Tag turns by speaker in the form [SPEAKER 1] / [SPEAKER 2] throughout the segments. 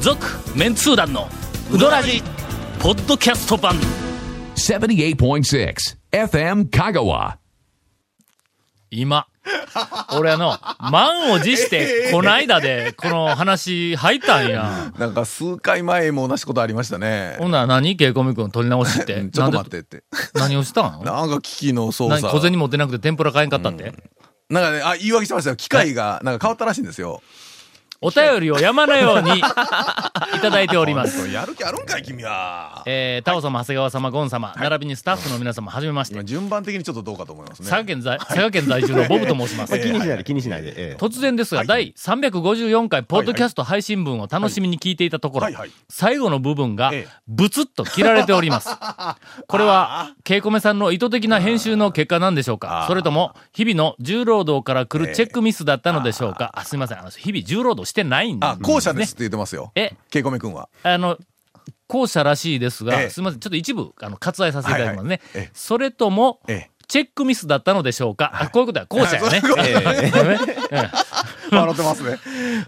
[SPEAKER 1] 続メンツー団のウドラジポッドキャスト版
[SPEAKER 2] 78.6 FM Kagawa.
[SPEAKER 1] 今俺あの満を持してこないだでこの話入ったんや
[SPEAKER 3] なんか数回前も同じことありましたね。
[SPEAKER 1] ほんなら何ケイコミ君取り直しっ
[SPEAKER 3] う
[SPEAKER 1] て
[SPEAKER 3] んちょっと
[SPEAKER 1] なん
[SPEAKER 3] 待っ
[SPEAKER 1] で
[SPEAKER 3] てって。
[SPEAKER 1] 何をしたん
[SPEAKER 3] なんか機器の操
[SPEAKER 1] 何
[SPEAKER 3] 作。
[SPEAKER 1] 小銭持ってなくて天ぷら買えんかったって、
[SPEAKER 3] なんかね、あ、言い訳しましたよ。機械がなんか変わったらしいんですよ。
[SPEAKER 1] お便りを山のよう にいただいております
[SPEAKER 3] やる気あるんかい、君は。
[SPEAKER 1] えー、タオ様長谷川様ゴン様、並びにスタッフの皆様はじめまして
[SPEAKER 3] 今順番的にちょっとどうかと思いますね。
[SPEAKER 1] 佐賀県在佐賀県在住のボブと申します
[SPEAKER 4] まあ、気にしないで、気にしないで。ええ
[SPEAKER 1] 突然ですが、第354回ポッドキャスト配信分を楽しみに聞いていたところ、
[SPEAKER 3] はいはい
[SPEAKER 1] 最後の部分が
[SPEAKER 3] ええ
[SPEAKER 1] ブツッと切られております。 これは、ケイコメさんの意図的な編集の結果なんでしょうかそれとも、日々の重労働から来るチェックミスだったのでしょうか、あすみません、あの日々重労働してないんで。
[SPEAKER 3] あ、後者ですって言ってますよ。
[SPEAKER 1] え
[SPEAKER 3] ケイコメ君は。
[SPEAKER 1] あの、後者らしいですが、
[SPEAKER 3] ええ
[SPEAKER 1] すみません、ちょっと一部、あの、割愛させていただきますね。
[SPEAKER 3] はいはいええ
[SPEAKER 1] それとも、
[SPEAKER 3] ええ
[SPEAKER 1] チェックミスだったのでしょうか、あこういうことは後者やね。
[SPEAKER 3] 笑っ てますね。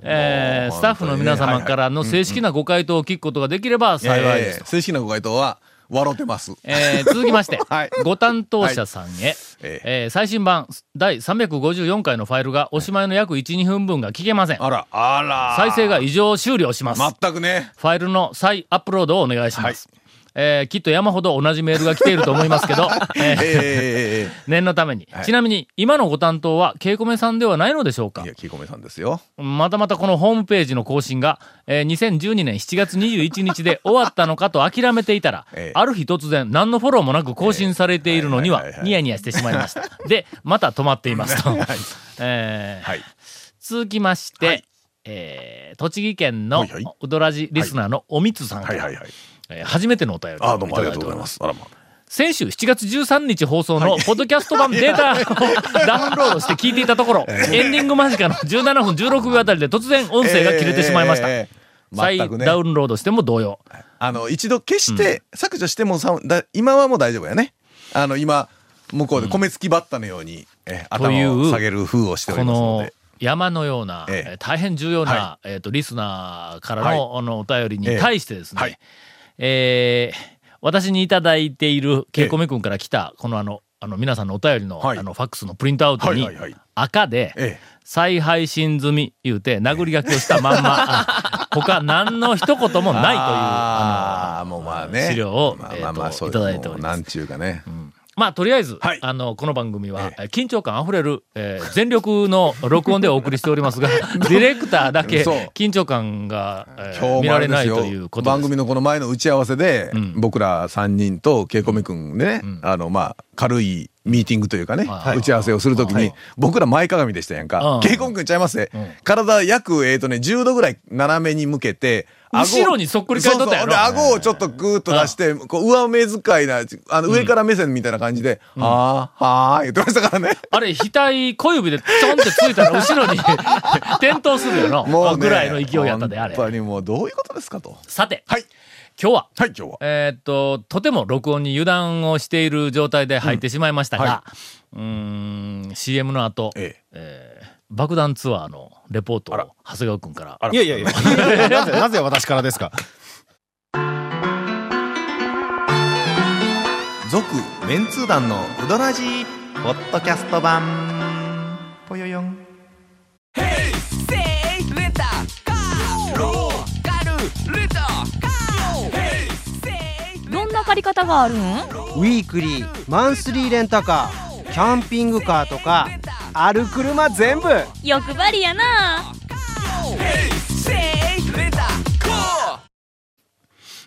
[SPEAKER 1] えー
[SPEAKER 3] もう
[SPEAKER 1] スタッフの皆
[SPEAKER 3] 本当に
[SPEAKER 1] 様
[SPEAKER 3] ね
[SPEAKER 1] からの正式なご回答を聞くことができれば幸いです
[SPEAKER 3] えー正式なご回答は、笑ってます。
[SPEAKER 1] えー続きまして、
[SPEAKER 3] はい
[SPEAKER 1] ご担当者さんへ、
[SPEAKER 3] ええ
[SPEAKER 1] えー最新版第354回のファイルがおしまいの約1、2分分が聞けません。
[SPEAKER 3] あら、あら。
[SPEAKER 1] 再生が異常終了します。
[SPEAKER 3] 全くね。
[SPEAKER 1] ファイルの再アップロードをお願いします。えーきっと山ほど同じメールが来ていると思いますけ ど、えー
[SPEAKER 3] え
[SPEAKER 1] 念のために、ちなみに今のご担当はケイコメさんではないのでしょうか
[SPEAKER 3] ー、いや、ケイコメさんですよ。
[SPEAKER 1] またまたこのホームページの更新が、えー2012年7月21日で終わったのかと諦めていたら、
[SPEAKER 3] ええ
[SPEAKER 1] ある日突然何のフォローもなく更新されているのには
[SPEAKER 3] ええはいはいはいはい
[SPEAKER 1] ニヤニヤしてしまいました。で、また止まってい ますと。えー
[SPEAKER 3] はい。
[SPEAKER 1] 続きまして、
[SPEAKER 3] はい
[SPEAKER 1] えー栃木県の
[SPEAKER 3] はいはい
[SPEAKER 1] ウドラジリスナーのおみつさんか
[SPEAKER 3] はい
[SPEAKER 1] ら、
[SPEAKER 3] はいはい。
[SPEAKER 1] えー初めてのお便りをい
[SPEAKER 3] あ、
[SPEAKER 1] た
[SPEAKER 3] どうもあ
[SPEAKER 1] だ
[SPEAKER 3] り
[SPEAKER 1] い
[SPEAKER 3] が
[SPEAKER 1] て
[SPEAKER 3] と
[SPEAKER 1] お
[SPEAKER 3] うござ
[SPEAKER 1] り
[SPEAKER 3] い
[SPEAKER 1] ま。
[SPEAKER 3] ますす。あらま。
[SPEAKER 1] 先週7月13日放送のポッドキャスト版データ をダウンロードして聞いていたところ、エンディング間近の17分16秒あたりで突然音声が切れてしまいました。
[SPEAKER 3] えー
[SPEAKER 1] 再
[SPEAKER 3] 全くね
[SPEAKER 1] ダウンロードしても同様。
[SPEAKER 3] あの、一度消して、削除してもさだ、今はもう大丈夫やね。あの、今、向こうで米付きバッタのように、え頭
[SPEAKER 1] という
[SPEAKER 3] を下げる風をしており
[SPEAKER 1] こ
[SPEAKER 3] ますの
[SPEAKER 1] の
[SPEAKER 3] で。
[SPEAKER 1] 山のような、
[SPEAKER 3] ええ
[SPEAKER 1] えー大変重要な、
[SPEAKER 3] は
[SPEAKER 1] えっ、と、リスナーからの,、
[SPEAKER 3] はい
[SPEAKER 1] あのお便りに
[SPEAKER 3] ええ
[SPEAKER 1] 対してですね、
[SPEAKER 3] はい
[SPEAKER 1] えー私にいただいているケイコメ君から来た、このあの、あの皆さんのお便りの、
[SPEAKER 3] はい
[SPEAKER 1] あのファックスのプリントアウトに、
[SPEAKER 3] はいはいはい
[SPEAKER 1] 赤で、
[SPEAKER 3] ええ
[SPEAKER 1] 再配信済み言うて殴り書きをしたまん ま、他何の一言もないという、あ
[SPEAKER 3] ああ、もうまあ
[SPEAKER 1] の、
[SPEAKER 3] ね。
[SPEAKER 1] 資料を、
[SPEAKER 3] まあ
[SPEAKER 1] え
[SPEAKER 3] まあまあ、
[SPEAKER 1] ーと
[SPEAKER 3] そう
[SPEAKER 1] い
[SPEAKER 3] で
[SPEAKER 1] た
[SPEAKER 3] す
[SPEAKER 1] だいてお
[SPEAKER 3] もう
[SPEAKER 1] ります
[SPEAKER 3] な。んちゅうかね。
[SPEAKER 1] まあ、とりあえず、
[SPEAKER 3] はい
[SPEAKER 1] あの、この番組は
[SPEAKER 3] え、
[SPEAKER 1] えー緊張感あふれる、えー全力の録音でお送りしており ますが、ディレクターだけ
[SPEAKER 3] そう
[SPEAKER 1] 緊張感が、えー
[SPEAKER 3] 今日
[SPEAKER 1] 見
[SPEAKER 3] もあ
[SPEAKER 1] られ
[SPEAKER 3] れで
[SPEAKER 1] な
[SPEAKER 3] す
[SPEAKER 1] い
[SPEAKER 3] よ
[SPEAKER 1] ということ
[SPEAKER 3] 番
[SPEAKER 1] です。
[SPEAKER 3] 組のこの前の打ち合わせで、
[SPEAKER 1] ん
[SPEAKER 3] 僕ら3人とケイコメ君でね、あのまあ軽いミーティングというかね、
[SPEAKER 1] はい
[SPEAKER 3] 打ち合わせをするときに、僕ら前かがみでしたやん
[SPEAKER 1] う
[SPEAKER 3] か
[SPEAKER 1] ん、
[SPEAKER 3] ケイコメ君ちゃいますね、体約、えーとね、10度ぐらい斜めに向けて顎を
[SPEAKER 1] 後ろにそっくり返っとったやろ
[SPEAKER 3] そうそうほんで顎をちょっとグーッと出して、こう上目遣いなあの上から目線みたいな感じで「はあはあ」言ってましたからね。
[SPEAKER 1] あれ、額、小指でちょんってついたら後 ろに転倒するよな、
[SPEAKER 3] もうね
[SPEAKER 1] ぐらいの勢いやったで、あれ。
[SPEAKER 3] 本当にもうどういうことですかと。
[SPEAKER 1] さて、
[SPEAKER 3] はい。
[SPEAKER 1] 今日は、
[SPEAKER 3] はい、今日は。
[SPEAKER 1] えーっと、とても録音に油断をしている状態で入ってしまいましたが、うーん CM の後、
[SPEAKER 3] ええ
[SPEAKER 1] えー爆弾ツアーのレポートを長谷川君から
[SPEAKER 4] いやいやいや、なぜ、なぜ私からですか。
[SPEAKER 3] 続メンツー団のウドラジーポッドキャスト版ぽよよん
[SPEAKER 5] どんな借り方があるん
[SPEAKER 6] ウィークリーマンスリーレンタカーキャンピングカーとかある車全部
[SPEAKER 5] 欲張りやな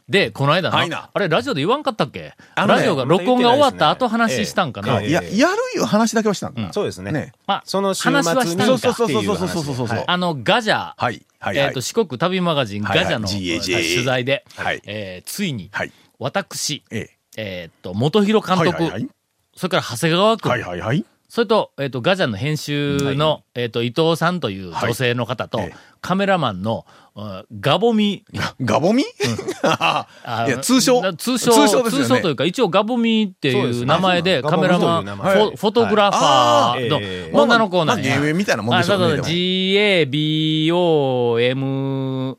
[SPEAKER 1] で、この間な、
[SPEAKER 3] はいな
[SPEAKER 1] あれ、ラジオで言わんかったっけ、
[SPEAKER 3] あのね
[SPEAKER 1] ラジオが録音が終わった後話したんかな、
[SPEAKER 4] ええ
[SPEAKER 3] いや、やるいう話だけはしたんかな、
[SPEAKER 4] そうですね。
[SPEAKER 3] ね
[SPEAKER 1] まあ、
[SPEAKER 4] その週末
[SPEAKER 1] 話はし
[SPEAKER 4] に。
[SPEAKER 1] たんか。
[SPEAKER 3] そうそうそうそうそうそうそうそう
[SPEAKER 1] あの、ガジャ、
[SPEAKER 3] はいはい
[SPEAKER 1] え
[SPEAKER 3] はい、
[SPEAKER 1] っ、と、四国旅マガジン
[SPEAKER 3] はいは
[SPEAKER 1] ガ
[SPEAKER 3] い
[SPEAKER 1] ジャの
[SPEAKER 3] GAJ
[SPEAKER 1] 取材で、
[SPEAKER 3] はい
[SPEAKER 1] えーついに、
[SPEAKER 3] はい
[SPEAKER 1] 私、
[SPEAKER 3] ええ
[SPEAKER 1] えっ、と、元広監督、
[SPEAKER 3] はいはい
[SPEAKER 1] それから長谷川君、
[SPEAKER 3] はいはいはい
[SPEAKER 1] それと、えっ、と、ガジャの編集の、えっ、と、伊藤さんという女性の方と、
[SPEAKER 3] はいええ
[SPEAKER 1] カメラマンの、うんガボミ、
[SPEAKER 3] ガボミ、
[SPEAKER 1] あ
[SPEAKER 3] いや通称
[SPEAKER 1] 通称、
[SPEAKER 3] 通称ですよね
[SPEAKER 1] 通称というか、一応ガボミって
[SPEAKER 4] そう
[SPEAKER 1] い
[SPEAKER 4] です
[SPEAKER 1] う
[SPEAKER 4] ね
[SPEAKER 1] 名前で、
[SPEAKER 4] そう
[SPEAKER 1] カ
[SPEAKER 4] なん
[SPEAKER 1] メ
[SPEAKER 4] です
[SPEAKER 1] ラマン、フ
[SPEAKER 4] ガボミという名前
[SPEAKER 1] ォ
[SPEAKER 4] はい
[SPEAKER 1] フォトグラフ
[SPEAKER 3] あ
[SPEAKER 1] ァ
[SPEAKER 4] ーえ
[SPEAKER 1] ー
[SPEAKER 4] え
[SPEAKER 1] の女の子なんや。
[SPEAKER 3] まあ芸名みたいなもん
[SPEAKER 1] あ
[SPEAKER 3] でし
[SPEAKER 1] そ
[SPEAKER 3] ょ
[SPEAKER 1] う
[SPEAKER 3] うね
[SPEAKER 1] そう
[SPEAKER 3] でも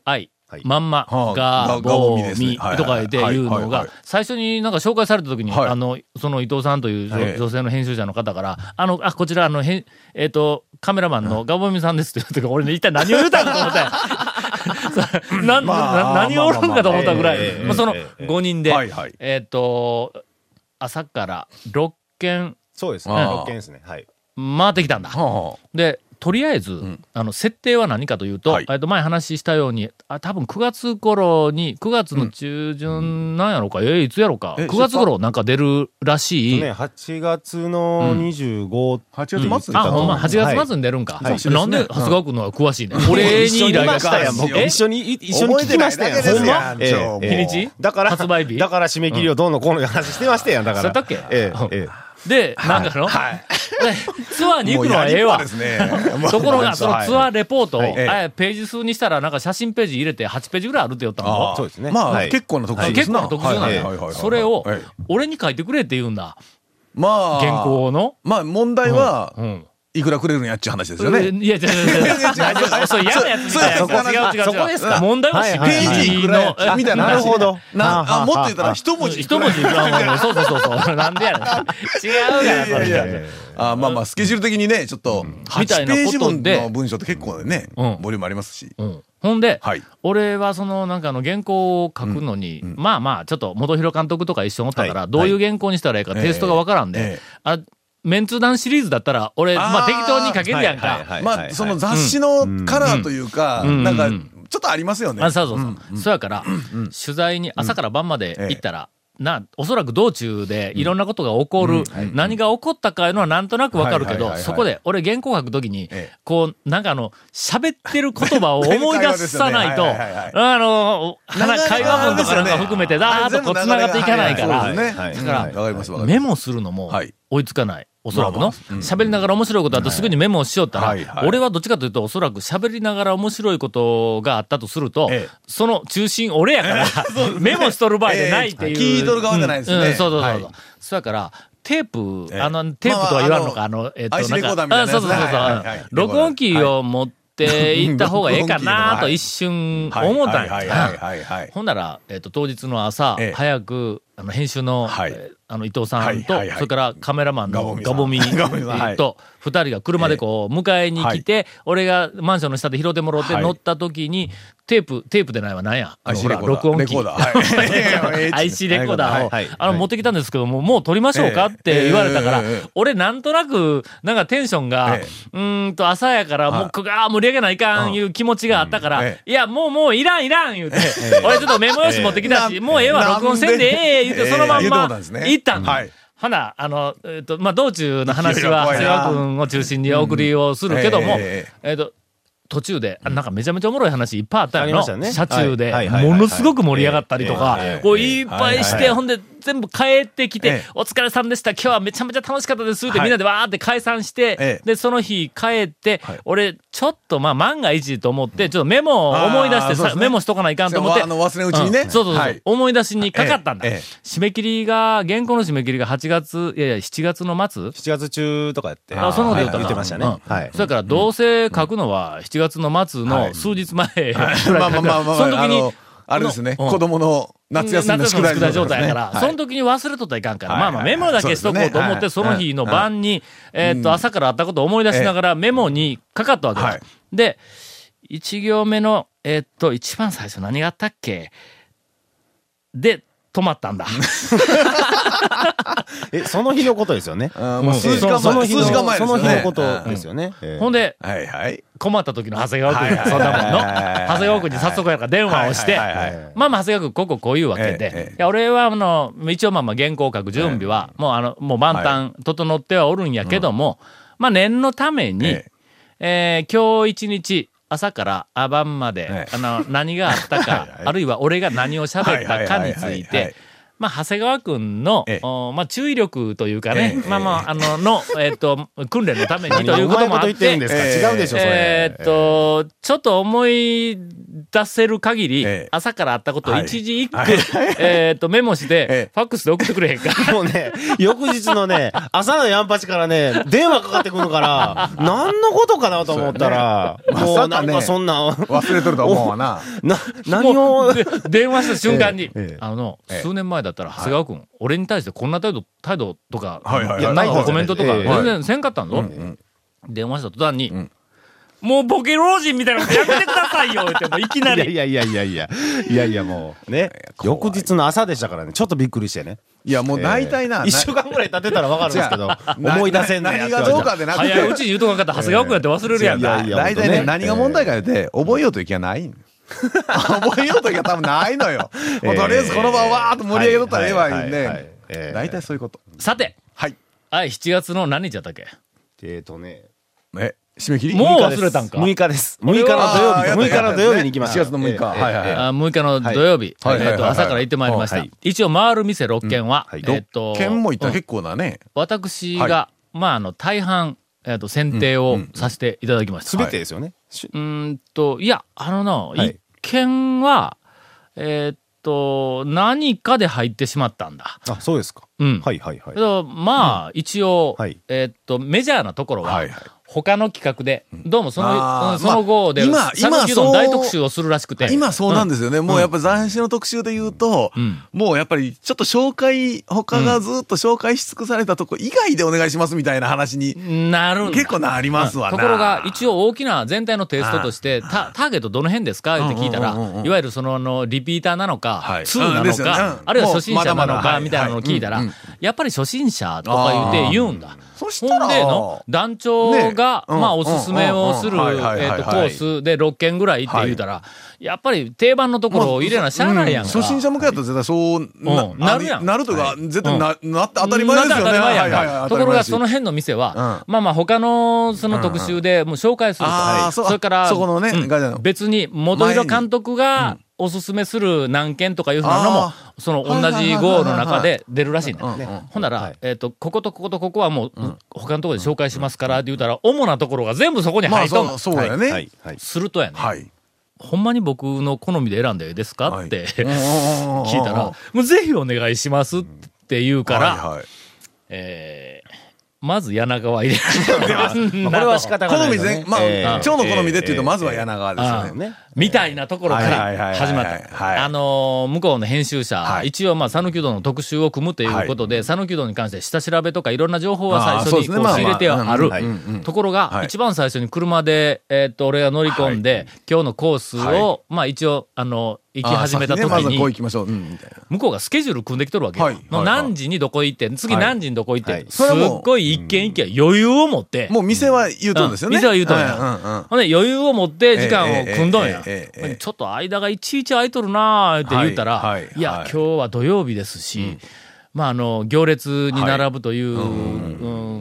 [SPEAKER 1] GABOMI
[SPEAKER 4] はい
[SPEAKER 1] まんま、
[SPEAKER 3] はあ
[SPEAKER 1] が、ぼ
[SPEAKER 3] ががぼみで
[SPEAKER 1] う、
[SPEAKER 3] すね
[SPEAKER 1] み、
[SPEAKER 3] はいはい
[SPEAKER 1] とかで言う
[SPEAKER 3] はい
[SPEAKER 1] の
[SPEAKER 3] はいは
[SPEAKER 1] が
[SPEAKER 3] い、
[SPEAKER 1] 最初になんか紹介された時に、
[SPEAKER 3] はい
[SPEAKER 1] あの、その伊藤さんという
[SPEAKER 3] はい
[SPEAKER 1] 女女性の編集者の方から、あの、あ、こちら、あの、へんえっと、カメラマンのがぼみさんですって言うとか、俺ね、一体何を言うたんかと思ったよそう なな何をおるんかと思ったぐら
[SPEAKER 4] まあまあまあま
[SPEAKER 1] い、
[SPEAKER 4] あ
[SPEAKER 1] まあその
[SPEAKER 4] ええええ
[SPEAKER 1] 5人で
[SPEAKER 3] はいはい、
[SPEAKER 1] えっと、朝から6件
[SPEAKER 4] そうですね。
[SPEAKER 3] あー
[SPEAKER 4] 六件ですね。はい。
[SPEAKER 1] 回ってきたんだ。
[SPEAKER 3] はあは
[SPEAKER 1] で、とりあえず、
[SPEAKER 3] ん
[SPEAKER 1] あの、設定は何かというと、
[SPEAKER 3] はい
[SPEAKER 1] えっと、前話したように、あ、多分9月頃に、9月の中旬なんやろうか、えーいつやろうか、
[SPEAKER 3] え
[SPEAKER 1] 9月頃なんか出るらしい。
[SPEAKER 4] ね、8月の25、
[SPEAKER 3] あ8月末
[SPEAKER 1] あ、ほんま、
[SPEAKER 4] はい
[SPEAKER 1] 8月末に出るんか。
[SPEAKER 3] いはい
[SPEAKER 1] なんで、
[SPEAKER 3] そう
[SPEAKER 1] 長
[SPEAKER 3] ですね
[SPEAKER 1] 谷川君のは詳しいね。俺に依頼がしたやん、
[SPEAKER 3] 今
[SPEAKER 1] 僕。
[SPEAKER 3] から
[SPEAKER 1] え
[SPEAKER 4] 一緒に、い一緒に聞きましたやん。
[SPEAKER 3] 覚えて
[SPEAKER 4] ほん
[SPEAKER 3] ない
[SPEAKER 4] ま
[SPEAKER 3] だけですやん
[SPEAKER 4] ええ
[SPEAKER 3] ちょ
[SPEAKER 4] ええ
[SPEAKER 1] 日にち
[SPEAKER 4] だから、
[SPEAKER 1] 発売日
[SPEAKER 4] だから締め切りをどうのこうの話してましたやん、だから。
[SPEAKER 1] そうやったっけ
[SPEAKER 4] ええ、ええ。
[SPEAKER 1] で、なんかの、 でツアーに行くのはええ
[SPEAKER 3] も
[SPEAKER 1] わ
[SPEAKER 3] う。やりっぱ ですね
[SPEAKER 1] ところが、そのツアーレポートを、
[SPEAKER 4] はい
[SPEAKER 3] はい
[SPEAKER 1] あえページ数にしたら、なんか写真ページ入れて8ページぐらいあるって言ったの。
[SPEAKER 3] ああ
[SPEAKER 4] そうですね
[SPEAKER 3] まあ、
[SPEAKER 4] はい
[SPEAKER 3] 結構な特徴です
[SPEAKER 1] 結構
[SPEAKER 3] な。
[SPEAKER 1] な特徴なん
[SPEAKER 4] だ
[SPEAKER 1] や
[SPEAKER 4] よ
[SPEAKER 3] はいはいはいはい
[SPEAKER 1] それを
[SPEAKER 3] はい、
[SPEAKER 1] 俺に書いてくれって言うんだ。
[SPEAKER 3] まあ、
[SPEAKER 1] 原稿の。
[SPEAKER 3] まあ、問題
[SPEAKER 1] う
[SPEAKER 3] は、
[SPEAKER 1] ん。
[SPEAKER 3] いくらくれるのやっちゅう話ですよね。
[SPEAKER 1] いや、違う違う違う。大丈夫。そう、嫌なやつみたいな。違う違う違う。
[SPEAKER 4] そこですか
[SPEAKER 1] 問題は
[SPEAKER 4] はい
[SPEAKER 1] 締
[SPEAKER 4] はい
[SPEAKER 3] ペー
[SPEAKER 1] め切
[SPEAKER 3] ジい
[SPEAKER 1] り
[SPEAKER 3] くらや
[SPEAKER 1] の。
[SPEAKER 3] みたいな
[SPEAKER 4] なる
[SPEAKER 3] 話。
[SPEAKER 4] ほど。
[SPEAKER 3] なあ、もっと言ったら
[SPEAKER 4] あ
[SPEAKER 3] 一文字。
[SPEAKER 1] 一文字そうそうそうそう。なんでやねん。違うやん、そ
[SPEAKER 3] いや
[SPEAKER 1] れ。
[SPEAKER 3] いやあまあまあ、スケジュール的にね、ちょっと、
[SPEAKER 1] みたい
[SPEAKER 3] 8
[SPEAKER 1] なことで
[SPEAKER 3] ページ分の文章って結構ね、
[SPEAKER 1] うん
[SPEAKER 3] ボリュームありますし。
[SPEAKER 1] うんほんで、
[SPEAKER 3] はい
[SPEAKER 1] 俺はそのなんかあの原稿を書くのに、まあまあ、ちょっと元広監督とか一緒におったから、
[SPEAKER 4] はい
[SPEAKER 1] どういう原稿にしたらいいか、テイストがわからんで、
[SPEAKER 3] ええ
[SPEAKER 1] あ、メンツ団シリーズだったら、俺、まあ
[SPEAKER 3] あー
[SPEAKER 1] 適当に書けるやんか。
[SPEAKER 4] はいはいはい
[SPEAKER 3] まあ、その雑誌のカラーというか、
[SPEAKER 1] うん
[SPEAKER 3] なんか
[SPEAKER 1] うんうん、
[SPEAKER 3] ちょっとありますよね。
[SPEAKER 1] あそうそうそう。
[SPEAKER 3] ん
[SPEAKER 1] そやから、取材に朝から晩まで行ったら、な、おそらく道中でいろんなことが起こる、何が起こったかいうのはなんとなくわかるけ
[SPEAKER 3] はいはいはい
[SPEAKER 1] ど、
[SPEAKER 3] はい
[SPEAKER 1] そこで俺原稿書くときに
[SPEAKER 3] ええ、
[SPEAKER 1] こう、なんかあの、喋ってる言葉を思い出さない と、
[SPEAKER 3] 会話ですよねはいはいはい
[SPEAKER 1] あの、な会話文とかなんか含めて、だーっとこう繋がっていかないか
[SPEAKER 3] そう
[SPEAKER 1] ら、
[SPEAKER 3] ですね
[SPEAKER 4] はい
[SPEAKER 3] うん
[SPEAKER 4] だから
[SPEAKER 3] わかりますわかりま
[SPEAKER 1] メ
[SPEAKER 3] す。
[SPEAKER 1] モするのも
[SPEAKER 3] はい
[SPEAKER 1] 追いつかない。おそらく
[SPEAKER 3] まあ
[SPEAKER 1] の
[SPEAKER 3] まあうん
[SPEAKER 1] 喋りながら面白いことあってすぐにメモをしよったら
[SPEAKER 3] はいは、い
[SPEAKER 1] 俺はどっちかというとおそらく喋りながら面白いことがあったとすると
[SPEAKER 3] ええ、
[SPEAKER 1] その中心俺や から、メモしとる場合じゃないってい
[SPEAKER 3] え
[SPEAKER 1] う。
[SPEAKER 3] え聞いとる側じゃないですね
[SPEAKER 1] うんうんそうそうそうそ
[SPEAKER 3] は
[SPEAKER 1] う
[SPEAKER 3] い。
[SPEAKER 1] そやから、テー
[SPEAKER 3] え
[SPEAKER 1] プ、
[SPEAKER 3] え
[SPEAKER 1] あの、テープとは言わんのか、
[SPEAKER 3] まあ
[SPEAKER 1] あの、えっと、
[SPEAKER 3] IC レコーダーみたいな
[SPEAKER 1] あ
[SPEAKER 3] やつ
[SPEAKER 1] そうそうそうそう
[SPEAKER 3] はいはいはい。
[SPEAKER 1] 録音機を持って行った方がええかなと一瞬思ったんや。
[SPEAKER 3] はいはいはいはいはい。
[SPEAKER 1] ほんなら、えっと当日の朝、
[SPEAKER 3] ええ
[SPEAKER 1] 早くあの編集の,、
[SPEAKER 3] はい
[SPEAKER 1] えーあの伊藤さんと、
[SPEAKER 3] はいはいはい
[SPEAKER 1] それからカメラマンのガ
[SPEAKER 3] ガ
[SPEAKER 1] ボ
[SPEAKER 3] ボ
[SPEAKER 1] ミ
[SPEAKER 3] ミ
[SPEAKER 1] え
[SPEAKER 3] さん ガボミさんは
[SPEAKER 1] ー
[SPEAKER 3] い
[SPEAKER 1] と二人が車でこう迎えに来て、俺がマンションの下で拾ってもろって
[SPEAKER 3] はい
[SPEAKER 1] 乗った時に、テープテープでないわなんやあの
[SPEAKER 3] IC
[SPEAKER 1] ほら
[SPEAKER 3] レコーダー
[SPEAKER 1] 録音機
[SPEAKER 3] レコーダーはいいやい やええ
[SPEAKER 1] IC レコーダーを、
[SPEAKER 4] はいはい
[SPEAKER 1] あの持ってきたんですけどももう撮りましょうかっ
[SPEAKER 3] ええ
[SPEAKER 1] て言われたから、
[SPEAKER 3] ええええ
[SPEAKER 1] 俺なんとなくなんかテンションが、
[SPEAKER 3] ええ
[SPEAKER 1] うーんと朝やからもうここあー盛り上げないかんいう気持ちがあったから、
[SPEAKER 3] うんえ
[SPEAKER 1] いやもうもういらんいらん言うて、俺ちょっとメモ用紙持ってきたし、
[SPEAKER 3] ええ
[SPEAKER 1] もうええわ
[SPEAKER 3] なん
[SPEAKER 1] 録音せんでええ言うて
[SPEAKER 3] ええ
[SPEAKER 1] そのまん
[SPEAKER 3] 言うても
[SPEAKER 1] ま
[SPEAKER 3] うたんですね
[SPEAKER 1] 行ったんだ
[SPEAKER 3] はい
[SPEAKER 1] ほな、あの、えっ、と、まあ、道中の話は、長
[SPEAKER 3] いやい
[SPEAKER 1] 谷
[SPEAKER 3] や怖いな
[SPEAKER 1] 川君を中心にお送りをするけども、
[SPEAKER 3] うんえ
[SPEAKER 1] え
[SPEAKER 3] え
[SPEAKER 1] っ、と、途中で、あなんかめちゃめちゃおもろい話いっぱいあった
[SPEAKER 4] あ
[SPEAKER 1] よ
[SPEAKER 4] り
[SPEAKER 1] の、
[SPEAKER 4] ましたね
[SPEAKER 1] 車中で
[SPEAKER 4] はい、はいはいはい
[SPEAKER 1] ものすごく盛り上がったりとか
[SPEAKER 4] ええええ、
[SPEAKER 1] こういっぱいし
[SPEAKER 4] はいはい
[SPEAKER 1] て、
[SPEAKER 4] はい
[SPEAKER 1] ほんで全部帰ってき
[SPEAKER 3] え
[SPEAKER 1] て
[SPEAKER 3] え、
[SPEAKER 1] お疲れさんでした、今日はめちゃめちゃ楽しかったですって
[SPEAKER 3] はい
[SPEAKER 1] みんなでわーって解散して
[SPEAKER 3] ええ、
[SPEAKER 1] で、その日帰って
[SPEAKER 3] はい、
[SPEAKER 1] 俺、ちょっとまあ万が一と思って、ちょっとメモを思い出して
[SPEAKER 3] あーそう
[SPEAKER 1] さ、
[SPEAKER 3] ですね
[SPEAKER 1] メモしとかないかんと思って、
[SPEAKER 3] あの忘れんうちにね
[SPEAKER 1] んそうそうそう、
[SPEAKER 3] はい
[SPEAKER 1] 思い出しにかかったんだ。
[SPEAKER 3] ええええ
[SPEAKER 1] 締め切りが、原稿の締め切りが8月、いやいや、7月の末
[SPEAKER 4] 7月中とかやって。
[SPEAKER 1] あそのこと
[SPEAKER 4] はい
[SPEAKER 1] 言ったな
[SPEAKER 4] 言ってましたね。
[SPEAKER 1] うん
[SPEAKER 4] はい
[SPEAKER 1] そ。れから、どうせ書くのは7月の末
[SPEAKER 3] は
[SPEAKER 1] の
[SPEAKER 3] い
[SPEAKER 1] 数日前 ぐらいだ
[SPEAKER 3] ま
[SPEAKER 1] から
[SPEAKER 3] あまあまあま あ、
[SPEAKER 1] その時
[SPEAKER 3] あ
[SPEAKER 1] に
[SPEAKER 3] の、あれですね、
[SPEAKER 1] このうん
[SPEAKER 3] 子供の夏休みの宿題
[SPEAKER 1] 夏休みの状態だから、
[SPEAKER 3] はい
[SPEAKER 1] その時に忘れとったらいかんから、
[SPEAKER 3] はい
[SPEAKER 1] まあまあメモだけしとこうと思って、そ
[SPEAKER 3] そうですね
[SPEAKER 1] の日の晩に、えーっと、
[SPEAKER 3] うん
[SPEAKER 1] 朝からあったことを思い出しながらメモにかかったわけだ。
[SPEAKER 3] はい
[SPEAKER 1] で、1行目の、えーっと、一番最初何があったっけで、止まったんだ。
[SPEAKER 4] え、その日のことですよね。
[SPEAKER 3] あーまあ数時
[SPEAKER 4] そ
[SPEAKER 3] 間
[SPEAKER 4] のその
[SPEAKER 3] 前、
[SPEAKER 4] 日
[SPEAKER 3] 数
[SPEAKER 4] の
[SPEAKER 3] 時間前です
[SPEAKER 4] そ
[SPEAKER 3] よ
[SPEAKER 4] の
[SPEAKER 3] ね。
[SPEAKER 4] 日のことですよね。ええ
[SPEAKER 1] ほんで、
[SPEAKER 3] はいはい。
[SPEAKER 1] 困った時の長谷川君、そんなもんの。長谷川君に早速やから電話をして、
[SPEAKER 3] はいはいはいはい
[SPEAKER 1] まあまあ、長谷川君、こここう言うわけ
[SPEAKER 3] ええ
[SPEAKER 1] で
[SPEAKER 3] え
[SPEAKER 1] い
[SPEAKER 3] え、
[SPEAKER 1] や俺は、あの、一応まあまあ原稿を書く準備は、もうあの、もう万端整ってはおるんやけども、まあ念のために
[SPEAKER 3] え、
[SPEAKER 1] えー今日一日、朝からあ晩まで
[SPEAKER 3] ええ、
[SPEAKER 1] あの、何があったか、あるいは俺が何を喋ったかにつ
[SPEAKER 3] はいはいはいいはいは
[SPEAKER 1] て
[SPEAKER 3] い、
[SPEAKER 1] まあ、長谷川くんの、
[SPEAKER 3] ええ
[SPEAKER 1] おまあ、注意力というかね、
[SPEAKER 3] ええ
[SPEAKER 1] まあまあ、あの、の、えっと、訓練のためにという
[SPEAKER 4] う
[SPEAKER 1] こ
[SPEAKER 4] ま
[SPEAKER 1] と
[SPEAKER 4] いこ
[SPEAKER 1] もあ
[SPEAKER 4] と
[SPEAKER 1] っ
[SPEAKER 4] 言ってるんですか、
[SPEAKER 3] ええ
[SPEAKER 4] 違うでしょ、それ。
[SPEAKER 1] えーっと、ちょっと思い出せる限り、
[SPEAKER 3] ええ
[SPEAKER 1] 朝からあったことを
[SPEAKER 3] はい
[SPEAKER 1] 一時一句、 えーっと、メモして、
[SPEAKER 3] ええ
[SPEAKER 1] ファックスで送ってくれへんか。
[SPEAKER 4] もうね、翌日のね、朝のヤンパチからね、電話かかってくるから、何のことかなと思ったら、
[SPEAKER 3] そうやね
[SPEAKER 4] もう
[SPEAKER 3] まさ
[SPEAKER 4] な
[SPEAKER 3] か
[SPEAKER 4] ん
[SPEAKER 3] ね
[SPEAKER 4] かそんな、
[SPEAKER 3] 忘れとると思うわな。
[SPEAKER 4] な、 何を、
[SPEAKER 1] で電話した瞬間に、
[SPEAKER 4] ええ
[SPEAKER 1] あの、
[SPEAKER 3] ええ
[SPEAKER 1] 数年前だったら、長谷川君、俺に対してこんな態度、態度とか、
[SPEAKER 3] はいはいはい
[SPEAKER 1] やなんかコメントとか、
[SPEAKER 4] はい
[SPEAKER 1] 全然せんかったんぞ。電話した途端に、もうボケ老人みたいなことやめてくださいよって、もういきないり
[SPEAKER 4] や。いやいやいやいや、いやいやもう、ね、翌日の朝でしたからね、ちょっとびっくりしてね。
[SPEAKER 3] いや、もう大体な。
[SPEAKER 4] 一週間ぐらい経ってたらわかるんですけど、
[SPEAKER 3] な
[SPEAKER 4] 思い出せんね
[SPEAKER 3] 何
[SPEAKER 4] やって言
[SPEAKER 3] が
[SPEAKER 4] われ
[SPEAKER 3] どう
[SPEAKER 4] たら
[SPEAKER 3] かでなくて。
[SPEAKER 1] 早いうちに言うとかんかったら長谷川君やって忘れるやん
[SPEAKER 4] いや
[SPEAKER 1] か
[SPEAKER 4] い。や
[SPEAKER 3] 大体
[SPEAKER 4] いや
[SPEAKER 3] ね、
[SPEAKER 4] 本当ね
[SPEAKER 3] 何が問題か言うて、覚えようという気はない ん覚えようという気は多分ないのよ。もうとりあえずこの場をわーっと盛り上げとったらええわ、言う
[SPEAKER 4] はいはいはい
[SPEAKER 3] ね
[SPEAKER 4] ええ。
[SPEAKER 3] 大体そういうこと。
[SPEAKER 1] さて、
[SPEAKER 3] はい。
[SPEAKER 1] あい、7月の何日だったっけ
[SPEAKER 4] えっとね、
[SPEAKER 3] え、締め切り
[SPEAKER 1] もう
[SPEAKER 4] 6日です
[SPEAKER 1] 忘れたんか
[SPEAKER 4] 6日です。6日の土曜
[SPEAKER 3] あーや
[SPEAKER 4] 日、
[SPEAKER 3] った
[SPEAKER 4] 6日の土曜日に行きまし
[SPEAKER 3] 4
[SPEAKER 4] た。
[SPEAKER 3] 月の6日
[SPEAKER 4] ええ
[SPEAKER 3] はいはいはい
[SPEAKER 4] ええ
[SPEAKER 1] あ6日の土曜日、
[SPEAKER 3] はい
[SPEAKER 1] えっ
[SPEAKER 3] はいはい
[SPEAKER 1] と
[SPEAKER 3] はい
[SPEAKER 1] 朝から行ってまいりました、
[SPEAKER 3] うんはい
[SPEAKER 1] 一応回る店6軒は、
[SPEAKER 4] うんはい
[SPEAKER 1] えっと
[SPEAKER 3] 県も行った
[SPEAKER 1] う
[SPEAKER 3] ら
[SPEAKER 1] ん
[SPEAKER 3] 結構なね。
[SPEAKER 1] 私が、
[SPEAKER 3] は
[SPEAKER 1] まああの大半、えっと選定をさせていただきました、
[SPEAKER 4] すべてですよね。し
[SPEAKER 1] うーんと、いや、あのな、
[SPEAKER 4] い
[SPEAKER 1] 一見は、えーっと、何かで入ってしまったんだ。
[SPEAKER 4] あ、そうですか。
[SPEAKER 1] うん。
[SPEAKER 4] はいはいはい
[SPEAKER 1] け。ど、まあ、一応、
[SPEAKER 4] はい
[SPEAKER 1] えーっと、メジャーなところは、
[SPEAKER 3] はいはい
[SPEAKER 1] 他の企画で、どうもその、
[SPEAKER 3] あー
[SPEAKER 1] うんその後で、
[SPEAKER 3] まあ今
[SPEAKER 1] 讃岐うどん
[SPEAKER 3] 今
[SPEAKER 1] 大特集をするらしくて。
[SPEAKER 3] 今そうなん
[SPEAKER 1] で
[SPEAKER 3] ですよね。もうやっぱ斬新の特集で言うと
[SPEAKER 1] うん、
[SPEAKER 3] もうやっぱりちょっと紹介、他がずっと紹介し尽くされたとこ以外でお願いしますみたいな話に
[SPEAKER 1] なるんだ
[SPEAKER 3] 結構なりますわ
[SPEAKER 1] と
[SPEAKER 3] な。
[SPEAKER 1] ころが、一応大きな全体のテイストとして、タターゲットどの辺ですかって聞いたら
[SPEAKER 3] うんうんうんう、ん
[SPEAKER 1] いわゆるその、あの、リピーターなの
[SPEAKER 3] は
[SPEAKER 1] か、
[SPEAKER 3] い
[SPEAKER 1] ツーな
[SPEAKER 3] うん
[SPEAKER 1] の
[SPEAKER 3] ですよね
[SPEAKER 1] か
[SPEAKER 3] う、ん
[SPEAKER 1] あるいは初心者な
[SPEAKER 3] もう
[SPEAKER 1] の
[SPEAKER 3] まだま
[SPEAKER 1] か、
[SPEAKER 3] だ
[SPEAKER 1] みたいなのを聞いた
[SPEAKER 3] は
[SPEAKER 1] ら
[SPEAKER 3] いはい、
[SPEAKER 1] やっぱり初心者とか言うて言うんだ。
[SPEAKER 3] そし
[SPEAKER 1] ほ
[SPEAKER 3] たら
[SPEAKER 1] んでの、団長が、
[SPEAKER 3] ねうん
[SPEAKER 1] まあ、おすすめをする、え
[SPEAKER 3] うんはいはいは
[SPEAKER 1] っ
[SPEAKER 3] いは
[SPEAKER 1] と、
[SPEAKER 3] い
[SPEAKER 1] コースで6件ぐらいって言うたら、やっぱり定番のところを入れなしゃあないやんか。
[SPEAKER 3] 初心者向けだったら絶対そう
[SPEAKER 1] うんなるやん
[SPEAKER 3] なるとか、絶対な、なって当たり前ですよね。
[SPEAKER 1] なんで当たり前やんか
[SPEAKER 3] はいはいはい
[SPEAKER 1] ところが、そ、
[SPEAKER 3] 当たり前
[SPEAKER 1] の
[SPEAKER 3] やし
[SPEAKER 1] 辺の店は、まあまあ、他のその特集でもう紹介すると。
[SPEAKER 3] あー
[SPEAKER 1] はい
[SPEAKER 3] そう
[SPEAKER 1] それから、
[SPEAKER 3] そこのね
[SPEAKER 1] うん
[SPEAKER 3] ガジャの
[SPEAKER 1] 別に、元色監督がおすすめする何件とかいうふうなのも
[SPEAKER 3] あ、
[SPEAKER 1] その同じ号の中で出るらしいんだ
[SPEAKER 3] うんうん
[SPEAKER 1] よほんな
[SPEAKER 4] は
[SPEAKER 1] ら
[SPEAKER 4] い、
[SPEAKER 1] えっと、こことこことここはもう、他のところで紹介しますからって言うたら、主なところが全部そこに
[SPEAKER 3] ま
[SPEAKER 1] 入
[SPEAKER 3] あ、
[SPEAKER 1] っとん
[SPEAKER 3] そ
[SPEAKER 1] の
[SPEAKER 3] う、そうだよね。
[SPEAKER 4] は
[SPEAKER 3] はいい。
[SPEAKER 4] はい。
[SPEAKER 1] するとやね。
[SPEAKER 3] はい。
[SPEAKER 1] ほんまに僕の好みで選んでええですか
[SPEAKER 3] はい
[SPEAKER 1] って
[SPEAKER 3] うんうんうんうん
[SPEAKER 1] 聞いたら、もうぜひお願いしますって言うから、
[SPEAKER 3] はいはい
[SPEAKER 1] えーまず柳川入れ られる
[SPEAKER 4] まあこれは仕方がない
[SPEAKER 3] 好み
[SPEAKER 4] よね。
[SPEAKER 3] 全、まあ、
[SPEAKER 4] ええ
[SPEAKER 3] 腸の好みでっていうと、まずは
[SPEAKER 4] ええ
[SPEAKER 3] 柳川ですよね。
[SPEAKER 4] ね
[SPEAKER 1] みたいなところか
[SPEAKER 3] はいはいはいは
[SPEAKER 1] ら
[SPEAKER 3] い
[SPEAKER 1] 始まっ
[SPEAKER 3] はい
[SPEAKER 1] た。あのー向こうの編集者、
[SPEAKER 3] はい
[SPEAKER 1] 一応まあ、讃岐うどんの特集を組むということで、讃岐うどんに関して下調べとかいろんな情報は
[SPEAKER 3] あー
[SPEAKER 1] 最
[SPEAKER 3] そう
[SPEAKER 1] 初に
[SPEAKER 3] です
[SPEAKER 1] こ
[SPEAKER 3] ね
[SPEAKER 1] う
[SPEAKER 3] まあまあ
[SPEAKER 1] 仕入れてはある
[SPEAKER 3] うんうんうんう。ん
[SPEAKER 1] ところが
[SPEAKER 3] は、い
[SPEAKER 1] 一番最初に車で、えーっと、俺が乗り込んで、今日のコースを、まあ一応、あの、行き始めた時
[SPEAKER 3] あー先ねまずはこう
[SPEAKER 1] に
[SPEAKER 3] 行、きましょう。うん、みたいな。
[SPEAKER 1] 向こうがスケジュール組んできとるわけよ。
[SPEAKER 3] はいはい
[SPEAKER 1] の何時にどこ行って、次何時にどこ行って、
[SPEAKER 4] はい
[SPEAKER 1] すっごい一軒一軒余裕を持って、
[SPEAKER 3] もう店は言うとんですよね。
[SPEAKER 1] うん店は言うとんや
[SPEAKER 3] うんうん。
[SPEAKER 1] ほんで余裕を持って時間を組んどんや。
[SPEAKER 3] ええええええええ
[SPEAKER 1] ちょっと間がいちいち空いとるなーって言ったら、
[SPEAKER 3] はいいはい
[SPEAKER 1] や、
[SPEAKER 3] はい
[SPEAKER 1] 今日は土曜日ですし、まあ、あの、行列に並ぶという、う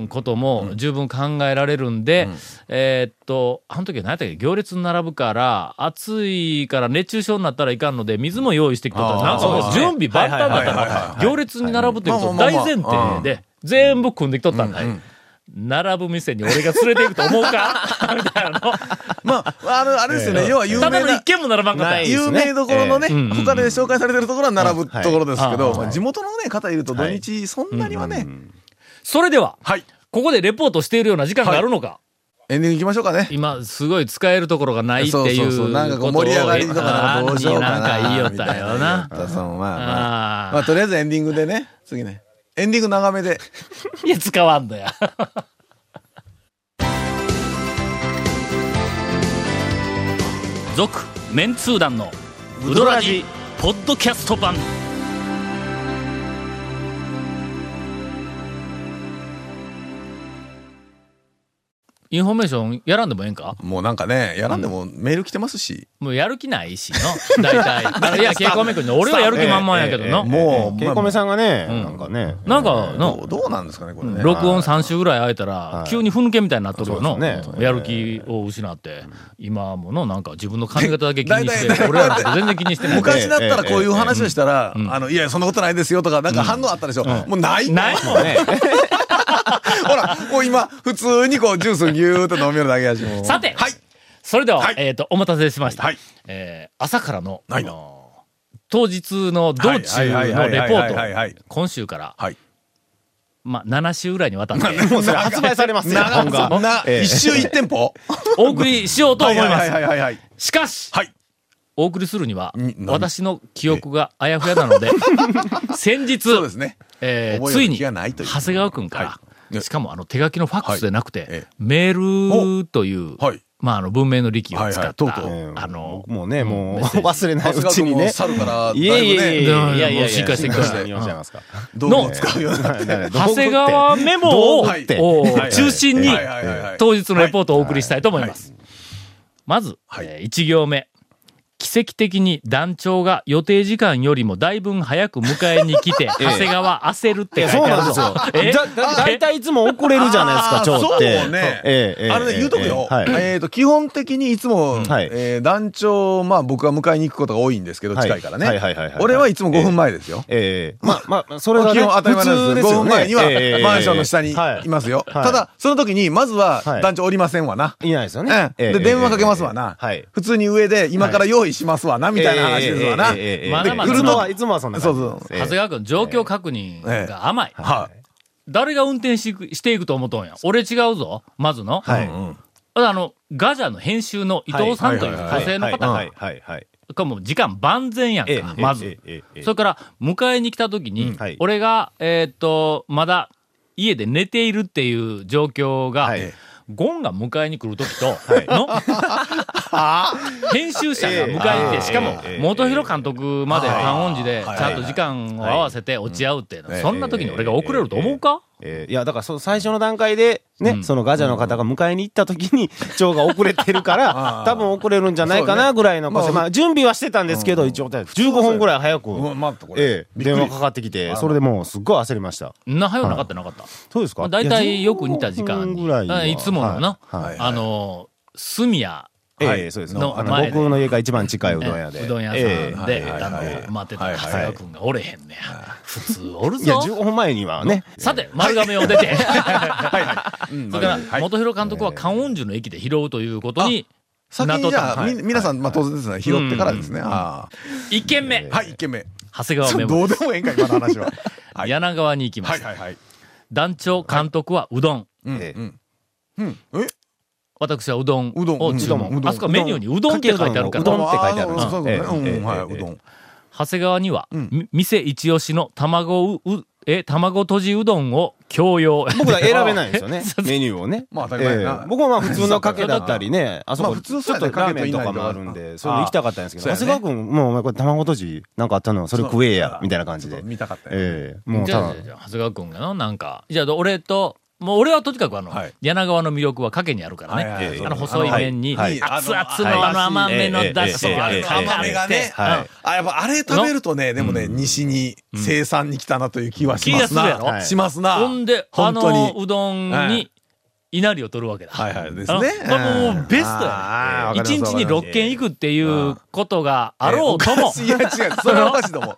[SPEAKER 1] んことも十分考えられるんで、えーっと、あの時は何やったっけ、行列に並ぶから、暑いから熱中症になったらいかんので、水も用意してきとったら、
[SPEAKER 3] あー
[SPEAKER 1] なんかもう準備万端だっ
[SPEAKER 3] はいはいはいはい
[SPEAKER 1] た
[SPEAKER 3] は
[SPEAKER 1] の。行列に並ぶということ
[SPEAKER 3] まあ
[SPEAKER 1] 大
[SPEAKER 3] まあまあ
[SPEAKER 1] 前提で、全部組んできとったんだい。並ぶ店に俺が連れて行くと思うかみたいなの。
[SPEAKER 3] まあ、あの、あれですよね。要は有
[SPEAKER 1] ただの
[SPEAKER 3] 名
[SPEAKER 1] 一
[SPEAKER 3] な。
[SPEAKER 1] 軒も並ばんかった
[SPEAKER 4] ない
[SPEAKER 1] よ。
[SPEAKER 3] 有名どころのね、
[SPEAKER 1] ええうんうんうん
[SPEAKER 3] 他で紹介されてるところは並ぶところですけ
[SPEAKER 1] はい
[SPEAKER 3] ど、
[SPEAKER 1] はい
[SPEAKER 3] まあ地元のね、方いると土日そんなにはね、
[SPEAKER 1] それでは、
[SPEAKER 3] はい。
[SPEAKER 1] ここでレポートしているような時間があるのか、
[SPEAKER 3] エンディングいきましょうかね。
[SPEAKER 1] 今、すごい使えるところがないって
[SPEAKER 3] そう
[SPEAKER 1] い
[SPEAKER 3] そううそう。なんかこう盛り上がりとかなんかどうしようかな。
[SPEAKER 1] なんか言いよったよな
[SPEAKER 3] み。たいなそうまあ
[SPEAKER 1] あ
[SPEAKER 3] ま
[SPEAKER 1] ー
[SPEAKER 3] あ。まあとりあえずエンディングでね、次ね。エンディング長めで。
[SPEAKER 1] いや、使わんのや。 続、メンツー団の、ウドラジ、ポッドキャスト版。インフォメーションやらんでもええんか
[SPEAKER 3] もうなんかね、やらんでもメール来てますし、
[SPEAKER 1] もうやる気ないしの。大 体。あのいや、稽古メイクに、俺はやる気満々やけどな。
[SPEAKER 3] もう、
[SPEAKER 4] けいこめ
[SPEAKER 3] ん、
[SPEAKER 4] さんがね、
[SPEAKER 1] ん
[SPEAKER 4] なんかね。
[SPEAKER 1] なんか、の
[SPEAKER 3] どう、どうなんですかね、これね。
[SPEAKER 1] 録音3週ぐらい空いたら
[SPEAKER 4] は、い
[SPEAKER 1] 急にふぬけみたいになっとるよの
[SPEAKER 4] そうです。ね
[SPEAKER 1] やる気を失って。今もの、なんか自分の髪型だけ気に して、
[SPEAKER 3] 大体
[SPEAKER 1] 俺らのこと全然気にしてない。
[SPEAKER 3] 昔だったらこういう話をしたら、あの、いや、そんなことないですよとか、なんか反応あったでしょ。もうない
[SPEAKER 1] ないもんね。
[SPEAKER 3] ほら、もう今、普通にこう、ジュースぎゅーっと飲めるだけやし。もう
[SPEAKER 1] さて
[SPEAKER 3] はい。
[SPEAKER 1] それでは、
[SPEAKER 3] はい
[SPEAKER 1] えっ、と、お待たせしました。
[SPEAKER 3] はい
[SPEAKER 1] えー朝からの、
[SPEAKER 3] はいな
[SPEAKER 1] あの当日の道中の
[SPEAKER 3] はいはいはい
[SPEAKER 1] レ
[SPEAKER 3] はい
[SPEAKER 1] ポ
[SPEAKER 3] はいはいは
[SPEAKER 1] ー
[SPEAKER 3] い
[SPEAKER 1] ト、今週から、
[SPEAKER 3] はい。
[SPEAKER 1] まあ、7週ぐらいにわた って、
[SPEAKER 4] もうそれ発売されますよ、
[SPEAKER 3] 長
[SPEAKER 4] 本が。
[SPEAKER 3] な、
[SPEAKER 4] ええ
[SPEAKER 3] 一周一店舗
[SPEAKER 1] お送りしようと思いま
[SPEAKER 3] はいは
[SPEAKER 1] す。
[SPEAKER 3] いはいはい。
[SPEAKER 1] しかし、
[SPEAKER 3] はい。
[SPEAKER 1] お送りするには
[SPEAKER 3] ん、何
[SPEAKER 1] 私の記憶があやふやな ので、先日、
[SPEAKER 3] そうですね。
[SPEAKER 1] えー
[SPEAKER 3] 覚
[SPEAKER 1] つい
[SPEAKER 3] える
[SPEAKER 1] に、
[SPEAKER 3] 気がないという
[SPEAKER 1] 長谷川くんから、
[SPEAKER 3] い
[SPEAKER 1] しかもあの手書きのファックスでなくて、
[SPEAKER 3] いええ
[SPEAKER 1] メールという、
[SPEAKER 3] はい
[SPEAKER 1] まああの文明の利器を使った、
[SPEAKER 3] はいはいとうとう
[SPEAKER 1] あの、
[SPEAKER 4] もうね、もう
[SPEAKER 1] メッセージ
[SPEAKER 4] 忘れないう
[SPEAKER 3] 長
[SPEAKER 4] ち
[SPEAKER 3] 谷川君
[SPEAKER 4] に
[SPEAKER 3] も
[SPEAKER 4] ね。
[SPEAKER 3] 猿から、
[SPEAKER 4] いえいえいえい
[SPEAKER 1] だいぶ
[SPEAKER 4] や
[SPEAKER 1] ね
[SPEAKER 4] いやいや、
[SPEAKER 1] しっかりしてきま したよ
[SPEAKER 4] 何をおっしゃいますか。
[SPEAKER 3] どう使うようになって。
[SPEAKER 4] 誰
[SPEAKER 1] 長谷川メモを、
[SPEAKER 3] はい
[SPEAKER 1] を
[SPEAKER 3] はい
[SPEAKER 1] 中心に
[SPEAKER 3] はいはいはいはい
[SPEAKER 1] 当日のレポートをお送りしたいと思います。まず、
[SPEAKER 3] はい
[SPEAKER 1] えー1行目。奇跡的に団長が予定時間よりもだいぶん早く迎えに 来て、長谷川焦るっ
[SPEAKER 4] い
[SPEAKER 1] て
[SPEAKER 4] や、
[SPEAKER 1] 書いて
[SPEAKER 4] そう
[SPEAKER 1] あ
[SPEAKER 4] な
[SPEAKER 1] るぞ
[SPEAKER 4] んですよ。
[SPEAKER 1] え
[SPEAKER 4] だ、だ、だいたいいつも遅れるじゃないですか、
[SPEAKER 3] あー
[SPEAKER 4] 蝶って。
[SPEAKER 3] そうね
[SPEAKER 4] ええええ
[SPEAKER 3] あれね、言うとくよ。
[SPEAKER 4] ええはい。
[SPEAKER 3] えっと、基本的にいつも、
[SPEAKER 4] はい
[SPEAKER 3] えー団長、まあ僕は迎えに行くことが多いんですけど、
[SPEAKER 4] はい
[SPEAKER 3] 近いから
[SPEAKER 4] はいはいはい
[SPEAKER 3] ね
[SPEAKER 4] はい。
[SPEAKER 3] 俺はいつも5分前ですよ。
[SPEAKER 4] ええまあ、まあ、それが
[SPEAKER 3] 基
[SPEAKER 4] ね、
[SPEAKER 3] 本当たり前なん
[SPEAKER 4] 普
[SPEAKER 3] で
[SPEAKER 4] 通ですす
[SPEAKER 3] 5
[SPEAKER 4] よ
[SPEAKER 3] 分
[SPEAKER 4] ね。
[SPEAKER 3] 前には、
[SPEAKER 4] ええ
[SPEAKER 3] マンションの下にい
[SPEAKER 4] はい
[SPEAKER 3] ますよ。
[SPEAKER 4] はい
[SPEAKER 3] ただ、その時に、まずは
[SPEAKER 4] は、い
[SPEAKER 3] 団長おりませんわな。
[SPEAKER 4] いないですよね。
[SPEAKER 3] うん
[SPEAKER 4] ええ
[SPEAKER 3] で、電話かけますわな。
[SPEAKER 4] はい。
[SPEAKER 3] 普通に上で、今から用意しますわな、みたいな話ですわな。
[SPEAKER 4] ええええええええ
[SPEAKER 1] まだまだ
[SPEAKER 4] いつもは、いつもはそんな感じ。
[SPEAKER 3] そうそう
[SPEAKER 1] 長谷川君、状況確認が甘い。
[SPEAKER 3] はい。
[SPEAKER 1] 誰が運転していくしていくと思っとんや。俺違うぞ、まずの。
[SPEAKER 4] はい。
[SPEAKER 1] あの、ガジャの編集の伊藤さんという
[SPEAKER 3] はい
[SPEAKER 1] 女性の方
[SPEAKER 4] はい、はい、はい。
[SPEAKER 1] がもう時間万全やん
[SPEAKER 4] ええ
[SPEAKER 1] か、まず。
[SPEAKER 4] ええええええ
[SPEAKER 1] それから、迎えに来た時に、
[SPEAKER 4] うんはい
[SPEAKER 1] 俺が、えーっと、まだ家で寝ているっていう状況が、
[SPEAKER 4] はい
[SPEAKER 1] ゴンが迎えに来る時と、 の、編集者が迎えに来て、
[SPEAKER 4] ええ
[SPEAKER 1] しかも
[SPEAKER 4] ええええ、
[SPEAKER 1] 元広監督まで観音寺で、ち
[SPEAKER 3] はい
[SPEAKER 1] ゃんと時間を合わせて落ち合うっていうの、
[SPEAKER 4] はい
[SPEAKER 1] そんな時に俺が遅れると思うか、
[SPEAKER 4] えーいや、だからその最初の段階で、ね、
[SPEAKER 1] うん
[SPEAKER 4] そのガジャの方が迎えに行った時に、蝶が遅れてる か
[SPEAKER 3] あ
[SPEAKER 4] ら
[SPEAKER 3] ー、
[SPEAKER 4] 多分遅れるんじゃないか
[SPEAKER 3] そう
[SPEAKER 4] な
[SPEAKER 3] ね
[SPEAKER 4] ぐらいの
[SPEAKER 3] まあ
[SPEAKER 4] まあ、準備はしてたんですけど、一応、15分ぐらい早く、
[SPEAKER 3] うんまあこれ
[SPEAKER 4] ええ
[SPEAKER 3] びっくり
[SPEAKER 4] 電話かかってきて、それでもう、すっごい焦りました。
[SPEAKER 1] んなはよなかったなかった。
[SPEAKER 4] そうです
[SPEAKER 1] まあ
[SPEAKER 4] か
[SPEAKER 1] 大体よく似た時間に、
[SPEAKER 4] ぐらいは
[SPEAKER 1] あいつものな、
[SPEAKER 4] はいはい
[SPEAKER 1] あの、住屋
[SPEAKER 4] え
[SPEAKER 3] はい
[SPEAKER 4] えそうです
[SPEAKER 1] の
[SPEAKER 4] のあの
[SPEAKER 1] 前で
[SPEAKER 4] 僕の家が一番近いう
[SPEAKER 1] ね
[SPEAKER 4] どん屋 で。
[SPEAKER 1] うどん屋さん
[SPEAKER 4] ええ
[SPEAKER 1] で、
[SPEAKER 3] ええはい
[SPEAKER 1] あの、
[SPEAKER 3] はいはい
[SPEAKER 1] 待ってた
[SPEAKER 3] はい
[SPEAKER 1] 長
[SPEAKER 3] はい
[SPEAKER 1] 谷川くんがおれへんねや。普通おる
[SPEAKER 4] いや、
[SPEAKER 1] ぞ。
[SPEAKER 4] 15分前にはね。
[SPEAKER 1] さて、丸亀を出て、
[SPEAKER 3] うん
[SPEAKER 1] それから、
[SPEAKER 3] はい
[SPEAKER 1] 元広監督は観音寺の駅で拾うということに、
[SPEAKER 3] 先にじゃあ、
[SPEAKER 1] はい
[SPEAKER 3] み皆さん、まあ当然ですね、拾ってからですね。あ
[SPEAKER 1] 一軒目、
[SPEAKER 3] ーはい、一軒目。
[SPEAKER 1] 長谷川
[SPEAKER 3] そ
[SPEAKER 1] メ
[SPEAKER 3] れ
[SPEAKER 1] モ、
[SPEAKER 3] どうでもええんか、今の話は。はい
[SPEAKER 1] 柳川に行きま
[SPEAKER 3] はい
[SPEAKER 1] した。
[SPEAKER 3] はいはい。
[SPEAKER 1] 団長、監督はうどん。
[SPEAKER 3] うん
[SPEAKER 4] ええ
[SPEAKER 3] うんうん。え
[SPEAKER 1] 私はうどん
[SPEAKER 3] うどん
[SPEAKER 1] を注文
[SPEAKER 3] うんうどん
[SPEAKER 1] あそこはメニューにうどんって書いてあるか
[SPEAKER 4] うど
[SPEAKER 1] ら
[SPEAKER 4] ん、って書いてある
[SPEAKER 3] ーそういうことね
[SPEAKER 4] ええ
[SPEAKER 3] うんはい
[SPEAKER 4] ええ
[SPEAKER 3] うどん。
[SPEAKER 1] 長谷川には、
[SPEAKER 3] ん
[SPEAKER 1] み店一押しの卵う、うえ、卵とじうどんを強要。
[SPEAKER 4] 僕ら選べないんですよね、メニューをね。
[SPEAKER 3] まあ当たり前やな
[SPEAKER 4] ええ僕はまあ普通のかけだったりね、あそ
[SPEAKER 3] ま
[SPEAKER 4] こ
[SPEAKER 3] あ普
[SPEAKER 4] ち
[SPEAKER 3] 通
[SPEAKER 4] ょっ
[SPEAKER 3] そうやね
[SPEAKER 4] とラーメンとかもあるん
[SPEAKER 3] かけと
[SPEAKER 4] で、そういうの行きたかったんですけど、
[SPEAKER 3] あ
[SPEAKER 4] 長
[SPEAKER 3] あそう
[SPEAKER 4] 谷
[SPEAKER 3] やね
[SPEAKER 4] 川君、もうお前これ卵とじなんかあったの、それ食えや
[SPEAKER 3] そ、う
[SPEAKER 4] みたいな感じで。
[SPEAKER 3] 見たかったよ。
[SPEAKER 4] ええもう
[SPEAKER 1] じゃ
[SPEAKER 4] た
[SPEAKER 1] あ、じゃあじゃあ長谷川君がの、なんか、じゃあ、俺と、もう俺はとにかくあの、
[SPEAKER 3] はい
[SPEAKER 1] 柳川の魅力は賭けにあるからね。
[SPEAKER 3] はいはいはい
[SPEAKER 1] あの、細い麺に、
[SPEAKER 4] はい
[SPEAKER 3] はい
[SPEAKER 1] 熱々
[SPEAKER 4] はい
[SPEAKER 1] のあの甘めのだし
[SPEAKER 4] えええ
[SPEAKER 1] が
[SPEAKER 4] えええ
[SPEAKER 1] かか
[SPEAKER 3] 甘
[SPEAKER 1] っ
[SPEAKER 3] め
[SPEAKER 1] て
[SPEAKER 3] がね、
[SPEAKER 4] はい
[SPEAKER 3] うんあやっぱあれ食べるとね、でもね、西に生産に来たなという気はします
[SPEAKER 1] 気がするやろ
[SPEAKER 3] な。
[SPEAKER 4] はい
[SPEAKER 3] しますな。
[SPEAKER 1] ほんで、あ
[SPEAKER 3] 本当に
[SPEAKER 1] の、うどん
[SPEAKER 3] は
[SPEAKER 1] に
[SPEAKER 3] い、
[SPEAKER 1] 稲荷を取るわけだ。
[SPEAKER 3] はいはいです
[SPEAKER 1] あの
[SPEAKER 3] ね。
[SPEAKER 1] これもうベストやね
[SPEAKER 3] や
[SPEAKER 1] 一日に6軒行くっていうことがあろうと
[SPEAKER 3] お
[SPEAKER 1] も
[SPEAKER 3] か、しいいや違う、それはおかしいと思う。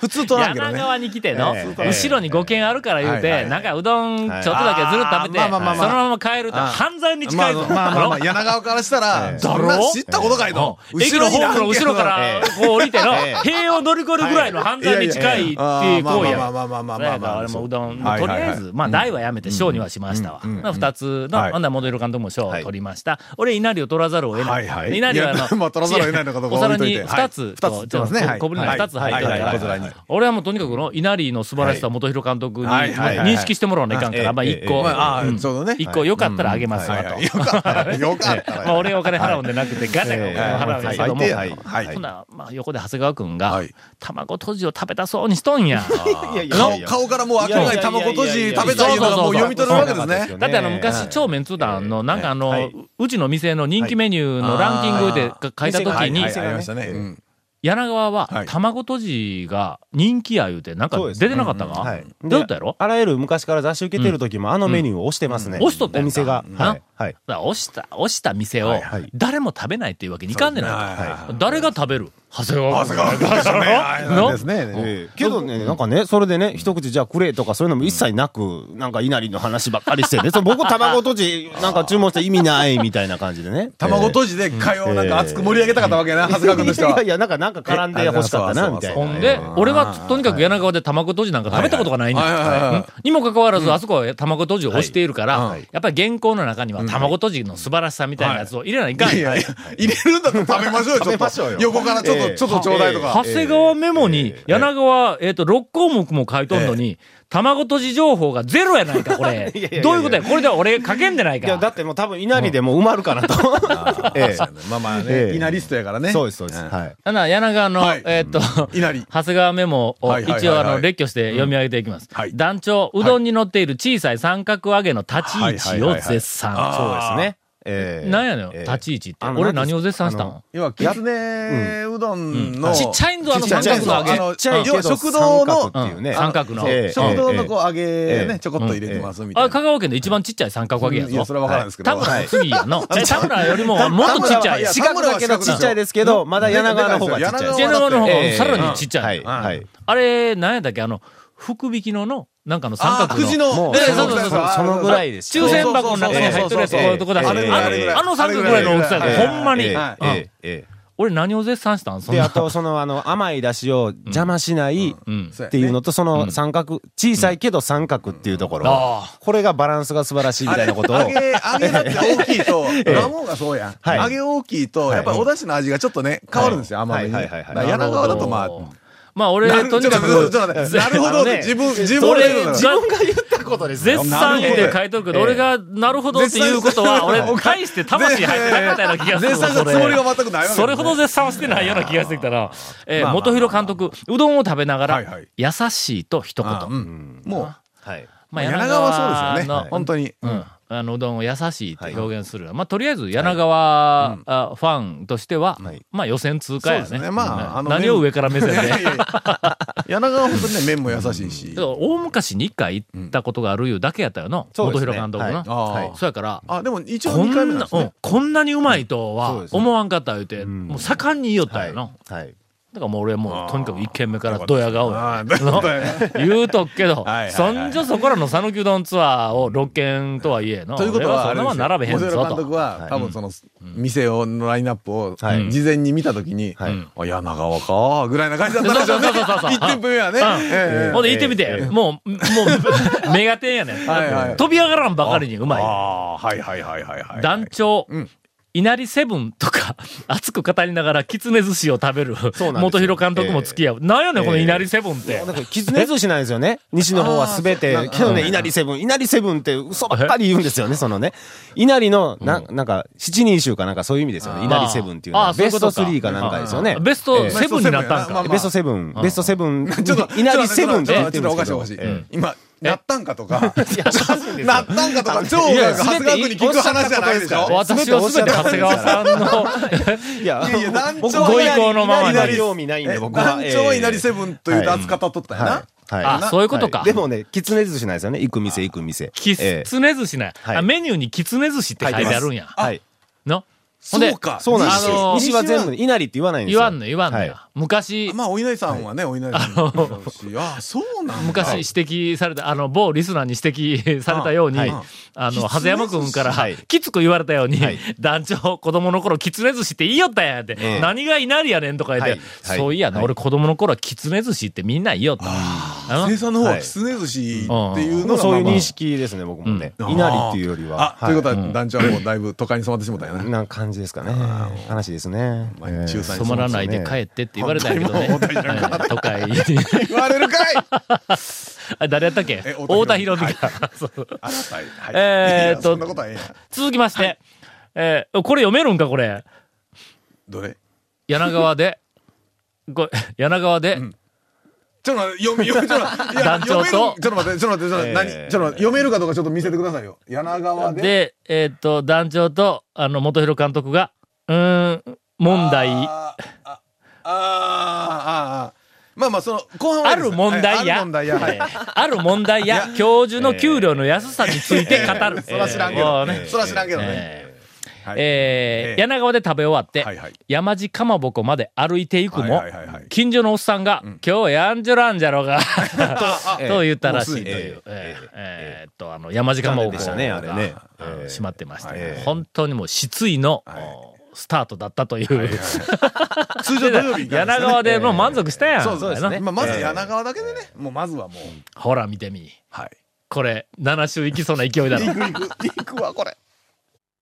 [SPEAKER 3] 普通取らん
[SPEAKER 1] 柳
[SPEAKER 3] けどね。
[SPEAKER 1] 川に来ての、
[SPEAKER 4] ええ
[SPEAKER 1] 後ろに5軒あるから言うて、
[SPEAKER 3] はいはい
[SPEAKER 1] なんかうどんちょっとだけずるっと食べて、
[SPEAKER 3] はいあーまあまあまあまあ
[SPEAKER 1] そのまま帰ると
[SPEAKER 3] あー
[SPEAKER 1] 犯罪に
[SPEAKER 3] ま
[SPEAKER 1] 近
[SPEAKER 3] あ
[SPEAKER 1] いぞ。
[SPEAKER 3] まあまあまあ、
[SPEAKER 1] や
[SPEAKER 3] 柳川からしたら、
[SPEAKER 4] ええ
[SPEAKER 3] そんな知ったことかいと。
[SPEAKER 1] 駅のホームの後ろから
[SPEAKER 4] ええ
[SPEAKER 1] こう降りての、
[SPEAKER 4] ええ
[SPEAKER 1] 塀を乗り越えるぐらいの犯罪に近いっていう行為
[SPEAKER 3] まあ
[SPEAKER 1] や。
[SPEAKER 3] まあまあまあ
[SPEAKER 1] そ
[SPEAKER 3] まあま
[SPEAKER 1] やか
[SPEAKER 3] あま
[SPEAKER 1] ら
[SPEAKER 3] あ。
[SPEAKER 1] 俺もう
[SPEAKER 3] は
[SPEAKER 1] どん、
[SPEAKER 3] いはい
[SPEAKER 1] とり
[SPEAKER 3] はい
[SPEAKER 1] あえず、まあ、大はやめて、小にはしましたわ。
[SPEAKER 3] うんうん
[SPEAKER 1] な二つの、
[SPEAKER 3] はい
[SPEAKER 1] ほんならモデル監督も小を
[SPEAKER 4] はい
[SPEAKER 1] 取りました。俺、稲荷を取らざるを得な
[SPEAKER 3] はい
[SPEAKER 1] い。
[SPEAKER 3] はい
[SPEAKER 1] で稲荷はあ
[SPEAKER 3] いや
[SPEAKER 1] の、
[SPEAKER 3] まあ取らざるを得ないのかどうか
[SPEAKER 1] お皿
[SPEAKER 3] 置い
[SPEAKER 1] に
[SPEAKER 3] といて
[SPEAKER 1] 二つと、
[SPEAKER 3] はい二つ取ってますね
[SPEAKER 1] ちょっと
[SPEAKER 3] はい
[SPEAKER 1] 小ぶりな二つ入ってるか
[SPEAKER 3] はいはいはい
[SPEAKER 1] ら
[SPEAKER 3] 小皿に、
[SPEAKER 1] 俺はもうとにかくこの稲荷の素晴らしさを元広監督に
[SPEAKER 3] はいはいはい
[SPEAKER 1] 認識してもらわないかんから、まあ
[SPEAKER 4] ええ
[SPEAKER 1] 一個、
[SPEAKER 4] ええ
[SPEAKER 3] まああー
[SPEAKER 1] うん
[SPEAKER 3] ちょうどね
[SPEAKER 1] 一個よかったらあげますわ
[SPEAKER 3] はい
[SPEAKER 1] と
[SPEAKER 3] は。いよかったね。よかったね。
[SPEAKER 1] まあ俺はお金払うんでなくて、ガチャ
[SPEAKER 4] ええ
[SPEAKER 1] がお金払うんですけども、
[SPEAKER 4] 最低や
[SPEAKER 3] はい
[SPEAKER 1] ほんならまあ横で長谷川くんが
[SPEAKER 3] はい、
[SPEAKER 1] 卵とじを食べたそうにしとんや。
[SPEAKER 4] いやいやいや
[SPEAKER 3] 顔、顔からもう明らかに卵とじ食べたいのがもう読み取るわけですね。
[SPEAKER 1] だってあの昔、昔、超メンツ団の、なんかあの、
[SPEAKER 4] はいう
[SPEAKER 1] うちの店の人気メニューのランキングでか書いたと
[SPEAKER 4] は
[SPEAKER 1] き
[SPEAKER 4] い
[SPEAKER 1] に
[SPEAKER 4] は
[SPEAKER 3] はいい、ありましたね。うん
[SPEAKER 1] 柳川は
[SPEAKER 3] はい
[SPEAKER 1] 卵とじが人気や言うて、なんか
[SPEAKER 4] そうです
[SPEAKER 1] 出てなかったか、
[SPEAKER 4] はい。で
[SPEAKER 1] どうやったやろ
[SPEAKER 4] あらゆる昔から雑誌受けてる時も、あのメニューを押してますね。
[SPEAKER 1] うん押しとったや
[SPEAKER 4] お
[SPEAKER 1] んか
[SPEAKER 4] 店が。
[SPEAKER 1] な
[SPEAKER 4] はい。は
[SPEAKER 1] だ
[SPEAKER 4] い。
[SPEAKER 1] から押した、押した店
[SPEAKER 4] は
[SPEAKER 1] を
[SPEAKER 4] いはい
[SPEAKER 1] 誰も食べないっていうわけにいかんねん
[SPEAKER 3] はいはい
[SPEAKER 1] な。誰が食べる長谷川君。
[SPEAKER 3] 長谷川君ねはい。
[SPEAKER 1] の
[SPEAKER 4] ですね。けどね、なんかね、それでね、一口じゃあくれとかそういうのも一切なく、なんか稲荷の話ばっかりしてね、その僕卵とじなんか注文した意味ないみたいな感じでね
[SPEAKER 3] 卵とじで会話をなんか熱く盛り上げたかったわけやな、長谷川君として
[SPEAKER 4] い
[SPEAKER 3] は
[SPEAKER 4] やい。や、なんか、なんか絡んで欲しかったな、みたい
[SPEAKER 3] え
[SPEAKER 1] ほ
[SPEAKER 4] な。
[SPEAKER 1] んで、俺はとにかく柳川で卵とじなんか食べたことがないんだ。
[SPEAKER 3] はいはいはいはいはい
[SPEAKER 1] うんにもかかわらず、あそこは卵とじを押しているから、
[SPEAKER 3] はい
[SPEAKER 1] やっぱり原稿の中には卵とじの素晴らしさみたいなやつを入れないかん。
[SPEAKER 3] いやいや、入れるんだったら食べましょうよ、ちょっ
[SPEAKER 4] 食べましょうよ
[SPEAKER 3] と。横からちょっ
[SPEAKER 4] え
[SPEAKER 3] と、
[SPEAKER 4] え
[SPEAKER 3] ちょっとちょうだいと
[SPEAKER 1] 長
[SPEAKER 3] か。
[SPEAKER 1] 谷川メモに、柳川、えっ、と、6項目も書いとんのに、卵とじ情報がゼロやないか、こ れ
[SPEAKER 4] やいやい。や
[SPEAKER 1] どういうことやこれでは俺書けんでない
[SPEAKER 4] いや、だ
[SPEAKER 1] か。
[SPEAKER 4] ってもう多分稲荷でもう埋まるかな と。え
[SPEAKER 3] まあまあ
[SPEAKER 4] ええ
[SPEAKER 3] ね、稲荷ストやから
[SPEAKER 4] え。
[SPEAKER 3] ね。
[SPEAKER 4] そうです、そうです。
[SPEAKER 3] ん
[SPEAKER 4] はい。
[SPEAKER 1] ただ、柳川の、
[SPEAKER 3] はい
[SPEAKER 1] えっ、と、
[SPEAKER 3] 稲荷。
[SPEAKER 1] 長谷川メモを
[SPEAKER 3] はいはいはいはい
[SPEAKER 1] 一応あの列挙して読み上げていきます。
[SPEAKER 3] うんはい
[SPEAKER 1] 団長、うどんに乗っている小さい三角揚げの立ち位置を絶賛。
[SPEAKER 3] はいはいはいはいあー
[SPEAKER 4] そうですね。ええ。
[SPEAKER 1] なんやねん、
[SPEAKER 4] ええ
[SPEAKER 1] 立ち位置って。
[SPEAKER 4] あの
[SPEAKER 1] 俺何を絶賛した
[SPEAKER 4] あ
[SPEAKER 1] の
[SPEAKER 3] 要は、きつねうどんの。
[SPEAKER 1] ちっちゃいんぞ、あの
[SPEAKER 4] ちっ
[SPEAKER 1] 三
[SPEAKER 4] ちゃい
[SPEAKER 1] 角の
[SPEAKER 4] ぞ
[SPEAKER 1] 揚
[SPEAKER 4] ち
[SPEAKER 1] げ。
[SPEAKER 4] っちゃいけ
[SPEAKER 3] 要
[SPEAKER 4] ど
[SPEAKER 3] は食堂の
[SPEAKER 4] 三角っていうね。
[SPEAKER 1] うん三角の
[SPEAKER 4] ええ
[SPEAKER 3] 食堂のこう揚
[SPEAKER 4] え
[SPEAKER 3] げ
[SPEAKER 4] え
[SPEAKER 3] ね、ちょこっと入れてますみたい
[SPEAKER 1] あ、
[SPEAKER 3] な。
[SPEAKER 1] 香川県で一番ちっちゃい三角揚げや
[SPEAKER 3] いや、そ
[SPEAKER 1] ぞ。
[SPEAKER 3] れは分からんですけど。
[SPEAKER 1] 田村の次や の。え田村よりももっとちっちゃい。
[SPEAKER 3] 田
[SPEAKER 4] 四
[SPEAKER 3] 村は
[SPEAKER 4] 角だけどちっちゃいですけど、まだ柳川の方がちっちゃい。
[SPEAKER 1] ジェ
[SPEAKER 3] 柳
[SPEAKER 1] ノワの方
[SPEAKER 4] え
[SPEAKER 1] が
[SPEAKER 4] え
[SPEAKER 1] さらにちっちゃい。
[SPEAKER 4] はい。はい。
[SPEAKER 1] あれ、何やったっけあの、福引きのの、なんかの三角の。
[SPEAKER 3] あーくじの
[SPEAKER 1] ええそうそうそう
[SPEAKER 3] あ
[SPEAKER 4] そのぐらいですよ。
[SPEAKER 1] 抽選箱の中に入ってるやつ、こ
[SPEAKER 3] そうう
[SPEAKER 1] い
[SPEAKER 3] そうう
[SPEAKER 1] と
[SPEAKER 3] そ
[SPEAKER 1] こ
[SPEAKER 3] うそう
[SPEAKER 1] だし、あ
[SPEAKER 4] ええええ
[SPEAKER 1] のあの三角ぐらいの大きさ
[SPEAKER 3] え
[SPEAKER 1] で、
[SPEAKER 3] え
[SPEAKER 1] ほんまに。
[SPEAKER 4] ええ
[SPEAKER 3] は
[SPEAKER 1] うん
[SPEAKER 4] えええ
[SPEAKER 1] 俺何を絶賛したん
[SPEAKER 4] え
[SPEAKER 1] そん
[SPEAKER 4] で、あ
[SPEAKER 1] な。
[SPEAKER 4] と、その、あの、甘い出汁を邪魔しない
[SPEAKER 1] うん。
[SPEAKER 3] そうやね
[SPEAKER 4] っていうのと、その三角、小さいけど三角っていうところ。
[SPEAKER 1] ああ。
[SPEAKER 4] これがバランスが素晴らしいみたいなことを。
[SPEAKER 3] 揚げ、揚げだって大きい と、卵がそうやん。
[SPEAKER 4] はい
[SPEAKER 3] 揚げ大きいと、やっぱりお出汁の味がちょっとね、変わるんですよ、甘みに。
[SPEAKER 4] は
[SPEAKER 3] だ
[SPEAKER 4] い
[SPEAKER 3] か
[SPEAKER 4] はいはいはい
[SPEAKER 3] ら柳川だとまあ、
[SPEAKER 1] まあ俺
[SPEAKER 3] な、る
[SPEAKER 1] とにか
[SPEAKER 3] ちょっと
[SPEAKER 1] く
[SPEAKER 3] ちょっ と待ってなるほ
[SPEAKER 4] あの
[SPEAKER 3] ど、
[SPEAKER 4] ね
[SPEAKER 3] 自分、自分
[SPEAKER 1] 俺
[SPEAKER 3] で言うの
[SPEAKER 1] 自分
[SPEAKER 4] が言ったことで
[SPEAKER 1] 絶賛言うて書いとるけど、
[SPEAKER 4] ええ
[SPEAKER 1] 俺がなるほどっていうことは、俺、大して魂入ってなかったような気がするわ。
[SPEAKER 3] 絶賛
[SPEAKER 1] そ
[SPEAKER 3] した
[SPEAKER 1] れ
[SPEAKER 3] つもりが全くないわけですね
[SPEAKER 1] それほど絶賛はしてないような気がしてきたな。えー、元広監督、うどんを食べなが
[SPEAKER 3] はいは
[SPEAKER 1] ら
[SPEAKER 3] い、
[SPEAKER 1] 優しいと一言。
[SPEAKER 3] あうんもう、
[SPEAKER 4] はい。
[SPEAKER 1] まあ、
[SPEAKER 3] 柳川はそうですよね。
[SPEAKER 1] の
[SPEAKER 3] 本当に。
[SPEAKER 1] うん、あのうどんを優しいって表現する、まあとりあえず柳川、あファンとしては、
[SPEAKER 4] はい
[SPEAKER 1] まあ予選通過やね
[SPEAKER 3] そうですねまあ
[SPEAKER 1] うん
[SPEAKER 3] あの
[SPEAKER 1] 何を上から目線
[SPEAKER 3] いやいや
[SPEAKER 1] で
[SPEAKER 3] いや柳川は本当にね、麺も優しいし。
[SPEAKER 1] 大昔に一回行ったことがあるいうだけやったよの、元広監督の、
[SPEAKER 4] はい
[SPEAKER 3] はい
[SPEAKER 1] そうやから
[SPEAKER 3] あ、でも一応
[SPEAKER 1] こ
[SPEAKER 3] 2回目
[SPEAKER 1] ん
[SPEAKER 3] なん
[SPEAKER 1] な
[SPEAKER 3] で、す
[SPEAKER 1] う
[SPEAKER 3] ね
[SPEAKER 1] ん。こんなにうまいと
[SPEAKER 4] そう
[SPEAKER 1] は
[SPEAKER 4] ですね
[SPEAKER 1] 思わんかった言うて、
[SPEAKER 4] ん
[SPEAKER 1] もう盛んに言いよった
[SPEAKER 4] は
[SPEAKER 1] よ
[SPEAKER 4] い。
[SPEAKER 1] な、
[SPEAKER 4] はい。
[SPEAKER 1] だからもう俺はもうとにかく一軒目からドヤ顔や
[SPEAKER 3] あーどうだよ
[SPEAKER 1] 言うとくけど
[SPEAKER 3] はいはいは、い
[SPEAKER 1] そんじょそこらの讃岐うどんツアーを6軒とはいえの、
[SPEAKER 3] ということ
[SPEAKER 1] 俺は
[SPEAKER 3] は、
[SPEAKER 1] そ
[SPEAKER 3] あ
[SPEAKER 1] んな
[SPEAKER 3] れ
[SPEAKER 1] も
[SPEAKER 3] です
[SPEAKER 1] ん
[SPEAKER 3] よ
[SPEAKER 1] 並べへんぞ
[SPEAKER 3] 小
[SPEAKER 1] と
[SPEAKER 3] 瀬原。監督は、多分その、店をのラインナップを
[SPEAKER 4] はい、
[SPEAKER 3] 事前に見たときに、
[SPEAKER 4] はい
[SPEAKER 3] あ、柳川か、ぐらいな感じだったんでしょうね。
[SPEAKER 1] そうそうそうそう
[SPEAKER 3] 1店舗目はね。ええ
[SPEAKER 1] ほんで行ってみて、もう、もう、メガテンやねん。
[SPEAKER 3] はいはい
[SPEAKER 1] 飛び上がらんばかりにうまい。
[SPEAKER 3] ああー、はいはいはいはいはい。
[SPEAKER 1] 団長、
[SPEAKER 3] うん
[SPEAKER 1] 稲荷セブンとか、 熱く語りながら、きつね寿司を食べる、
[SPEAKER 4] よ
[SPEAKER 1] 元広監督も付き合う。なんやねん、この稲荷セブンって。
[SPEAKER 4] なんか、きつね寿司なんですよね。西の方はすべて。けどね、稲荷セブン、稲荷セブンって嘘ばっかり言うんですよね、そのね。稲荷の、な、なんか、七人衆かなんかそういう意味ですよね。稲荷セブンっていうの
[SPEAKER 1] ああ
[SPEAKER 4] は。
[SPEAKER 1] そうい
[SPEAKER 4] ベ
[SPEAKER 1] うこ
[SPEAKER 4] ス
[SPEAKER 1] と
[SPEAKER 4] ト
[SPEAKER 1] か
[SPEAKER 4] 3かなんかですよね。
[SPEAKER 1] ベストセブンになったん
[SPEAKER 3] まあ
[SPEAKER 1] か。
[SPEAKER 3] まあ
[SPEAKER 4] ベストセブン、ベストセブ ン、
[SPEAKER 3] ちょっと、
[SPEAKER 4] 稲荷セブンっ
[SPEAKER 3] ち
[SPEAKER 4] て
[SPEAKER 3] ょっ
[SPEAKER 4] 言
[SPEAKER 3] とちょっ
[SPEAKER 4] ってるんで
[SPEAKER 3] と
[SPEAKER 4] す
[SPEAKER 3] お
[SPEAKER 4] け
[SPEAKER 3] かしい
[SPEAKER 4] ど
[SPEAKER 3] おかしい
[SPEAKER 4] え。
[SPEAKER 3] 今、なったんかとか、
[SPEAKER 4] えいやそうなんですよ
[SPEAKER 3] なったんかとか、超
[SPEAKER 4] いや
[SPEAKER 3] が長谷川君に聞く話じゃないでしょ。
[SPEAKER 1] 私はすべて長谷川さんの、
[SPEAKER 4] いや
[SPEAKER 3] いやいや団長
[SPEAKER 1] はご意向のままに
[SPEAKER 4] 稲荷興味ないんで、
[SPEAKER 3] え
[SPEAKER 4] 僕は。
[SPEAKER 3] 団長は稲荷セ
[SPEAKER 4] ン
[SPEAKER 3] ブンというと扱ったとったよな。
[SPEAKER 4] はい。
[SPEAKER 1] あ、そういうことか。
[SPEAKER 4] はいでもね、きつね寿司なんですよね。行く店、行く店。
[SPEAKER 1] き
[SPEAKER 4] ええ
[SPEAKER 1] つね寿司な、
[SPEAKER 4] はい
[SPEAKER 1] あメニューにきつね寿司って書いてあるんや。
[SPEAKER 4] はい。
[SPEAKER 1] のほんで
[SPEAKER 3] そうか。
[SPEAKER 4] そうなんです
[SPEAKER 1] あの
[SPEAKER 4] よ。
[SPEAKER 1] ー
[SPEAKER 4] 西は全部、稲荷って言わないんで
[SPEAKER 1] 言
[SPEAKER 4] すよ。
[SPEAKER 1] わんの言わんの
[SPEAKER 4] は
[SPEAKER 1] や。
[SPEAKER 4] い
[SPEAKER 1] 昔、
[SPEAKER 3] まあ、お稲荷さんはね、お稲荷さんもそうだし。あ、そうなんだ。
[SPEAKER 1] 昔指摘された、あの、某リスナーに指摘されたように、
[SPEAKER 4] はい
[SPEAKER 1] あの、長谷山くんから
[SPEAKER 4] はい、
[SPEAKER 1] きつく言われたように、
[SPEAKER 4] はい
[SPEAKER 1] 団長、子供の頃、きつね寿司って言いよったんやって、
[SPEAKER 4] ええ
[SPEAKER 1] 何がいなりやねんとか言って、
[SPEAKER 4] はいはい
[SPEAKER 1] そういやな、
[SPEAKER 4] はい
[SPEAKER 1] 俺子供の頃はきつね寿司ってみんな言いよった。あ
[SPEAKER 3] 生
[SPEAKER 1] の
[SPEAKER 3] 産の方
[SPEAKER 4] は
[SPEAKER 3] はいきつね寿司っていうの
[SPEAKER 4] もう
[SPEAKER 3] が
[SPEAKER 4] そうい
[SPEAKER 3] まあ
[SPEAKER 4] う
[SPEAKER 3] まあ
[SPEAKER 4] 認識ですね、僕もね。
[SPEAKER 3] うん
[SPEAKER 4] 稲荷っていうよりは。
[SPEAKER 3] あ、ということ
[SPEAKER 4] は
[SPEAKER 3] は団長はもうだいぶ都会に染まってしまったよ
[SPEAKER 4] い
[SPEAKER 3] ね。
[SPEAKER 4] な感じですかね。話ですね。
[SPEAKER 3] まあ中3
[SPEAKER 1] 染まらないで帰ってって言われたんやけどね。
[SPEAKER 3] 本当にもう
[SPEAKER 1] ええ都会に。
[SPEAKER 3] 言われるかい
[SPEAKER 1] あ誰やったっけ
[SPEAKER 3] え
[SPEAKER 1] 太
[SPEAKER 3] 太
[SPEAKER 1] 田
[SPEAKER 3] 田
[SPEAKER 1] 博
[SPEAKER 3] 博
[SPEAKER 1] 美
[SPEAKER 3] 美
[SPEAKER 1] か。そう
[SPEAKER 3] あはいはい
[SPEAKER 1] えーっと
[SPEAKER 3] いやそんなことはええやん
[SPEAKER 1] 続きまして、えーこれ読めるんか、これ。
[SPEAKER 3] どれ
[SPEAKER 1] 柳川で、これ柳川で、
[SPEAKER 3] ちょっと待って、読み、読み、ちょっと待ってい や
[SPEAKER 1] 団長と
[SPEAKER 3] 読めるちょっと待って、ちょっと待って、ちょっと待って、
[SPEAKER 4] えー
[SPEAKER 3] 何、ちょっと待って、読めるかどうかちょっと見せてくださいよ。柳川で。
[SPEAKER 1] で、えーっと、団長と、あの、元弘監督が、うーん、問題。
[SPEAKER 3] あーああーあーあーまあまあ、その、後半は
[SPEAKER 1] ある問題や、
[SPEAKER 3] ある問題や。はい
[SPEAKER 1] えーある問題や、教授の給料の安さについて語る。
[SPEAKER 3] そら知らんけど
[SPEAKER 1] もうね
[SPEAKER 3] ね。そら知らんけどね。
[SPEAKER 1] えー
[SPEAKER 3] はい
[SPEAKER 1] えー
[SPEAKER 3] えー
[SPEAKER 1] 柳川で食べ終わって、
[SPEAKER 3] はいはい
[SPEAKER 1] 山地かまぼこまで歩いていくも、
[SPEAKER 3] はいはいはいはい
[SPEAKER 1] 近所のおっさんが、今日やんじゃらんじゃろが、と言ったらしいという、
[SPEAKER 3] もうす
[SPEAKER 1] えーえーえーっと、あの、山地かまぼこ
[SPEAKER 4] でしたね、あれ
[SPEAKER 1] が
[SPEAKER 4] ね。
[SPEAKER 1] あの閉まってました、
[SPEAKER 3] えー
[SPEAKER 1] 本当にもう失意の、
[SPEAKER 3] はい
[SPEAKER 1] おスタートだったという、
[SPEAKER 3] 通常土曜日行かな
[SPEAKER 1] 柳
[SPEAKER 3] いですね
[SPEAKER 1] 川でもう満足したやん、
[SPEAKER 3] そうそうです
[SPEAKER 1] みた
[SPEAKER 3] ね。
[SPEAKER 1] いな
[SPEAKER 3] まあ、まず柳川だけでね、もうまずはもう、
[SPEAKER 1] ほら見てみ
[SPEAKER 3] はい。
[SPEAKER 1] これ7週いきそうな勢いだろ
[SPEAKER 3] 行く行く、行くわ、これ。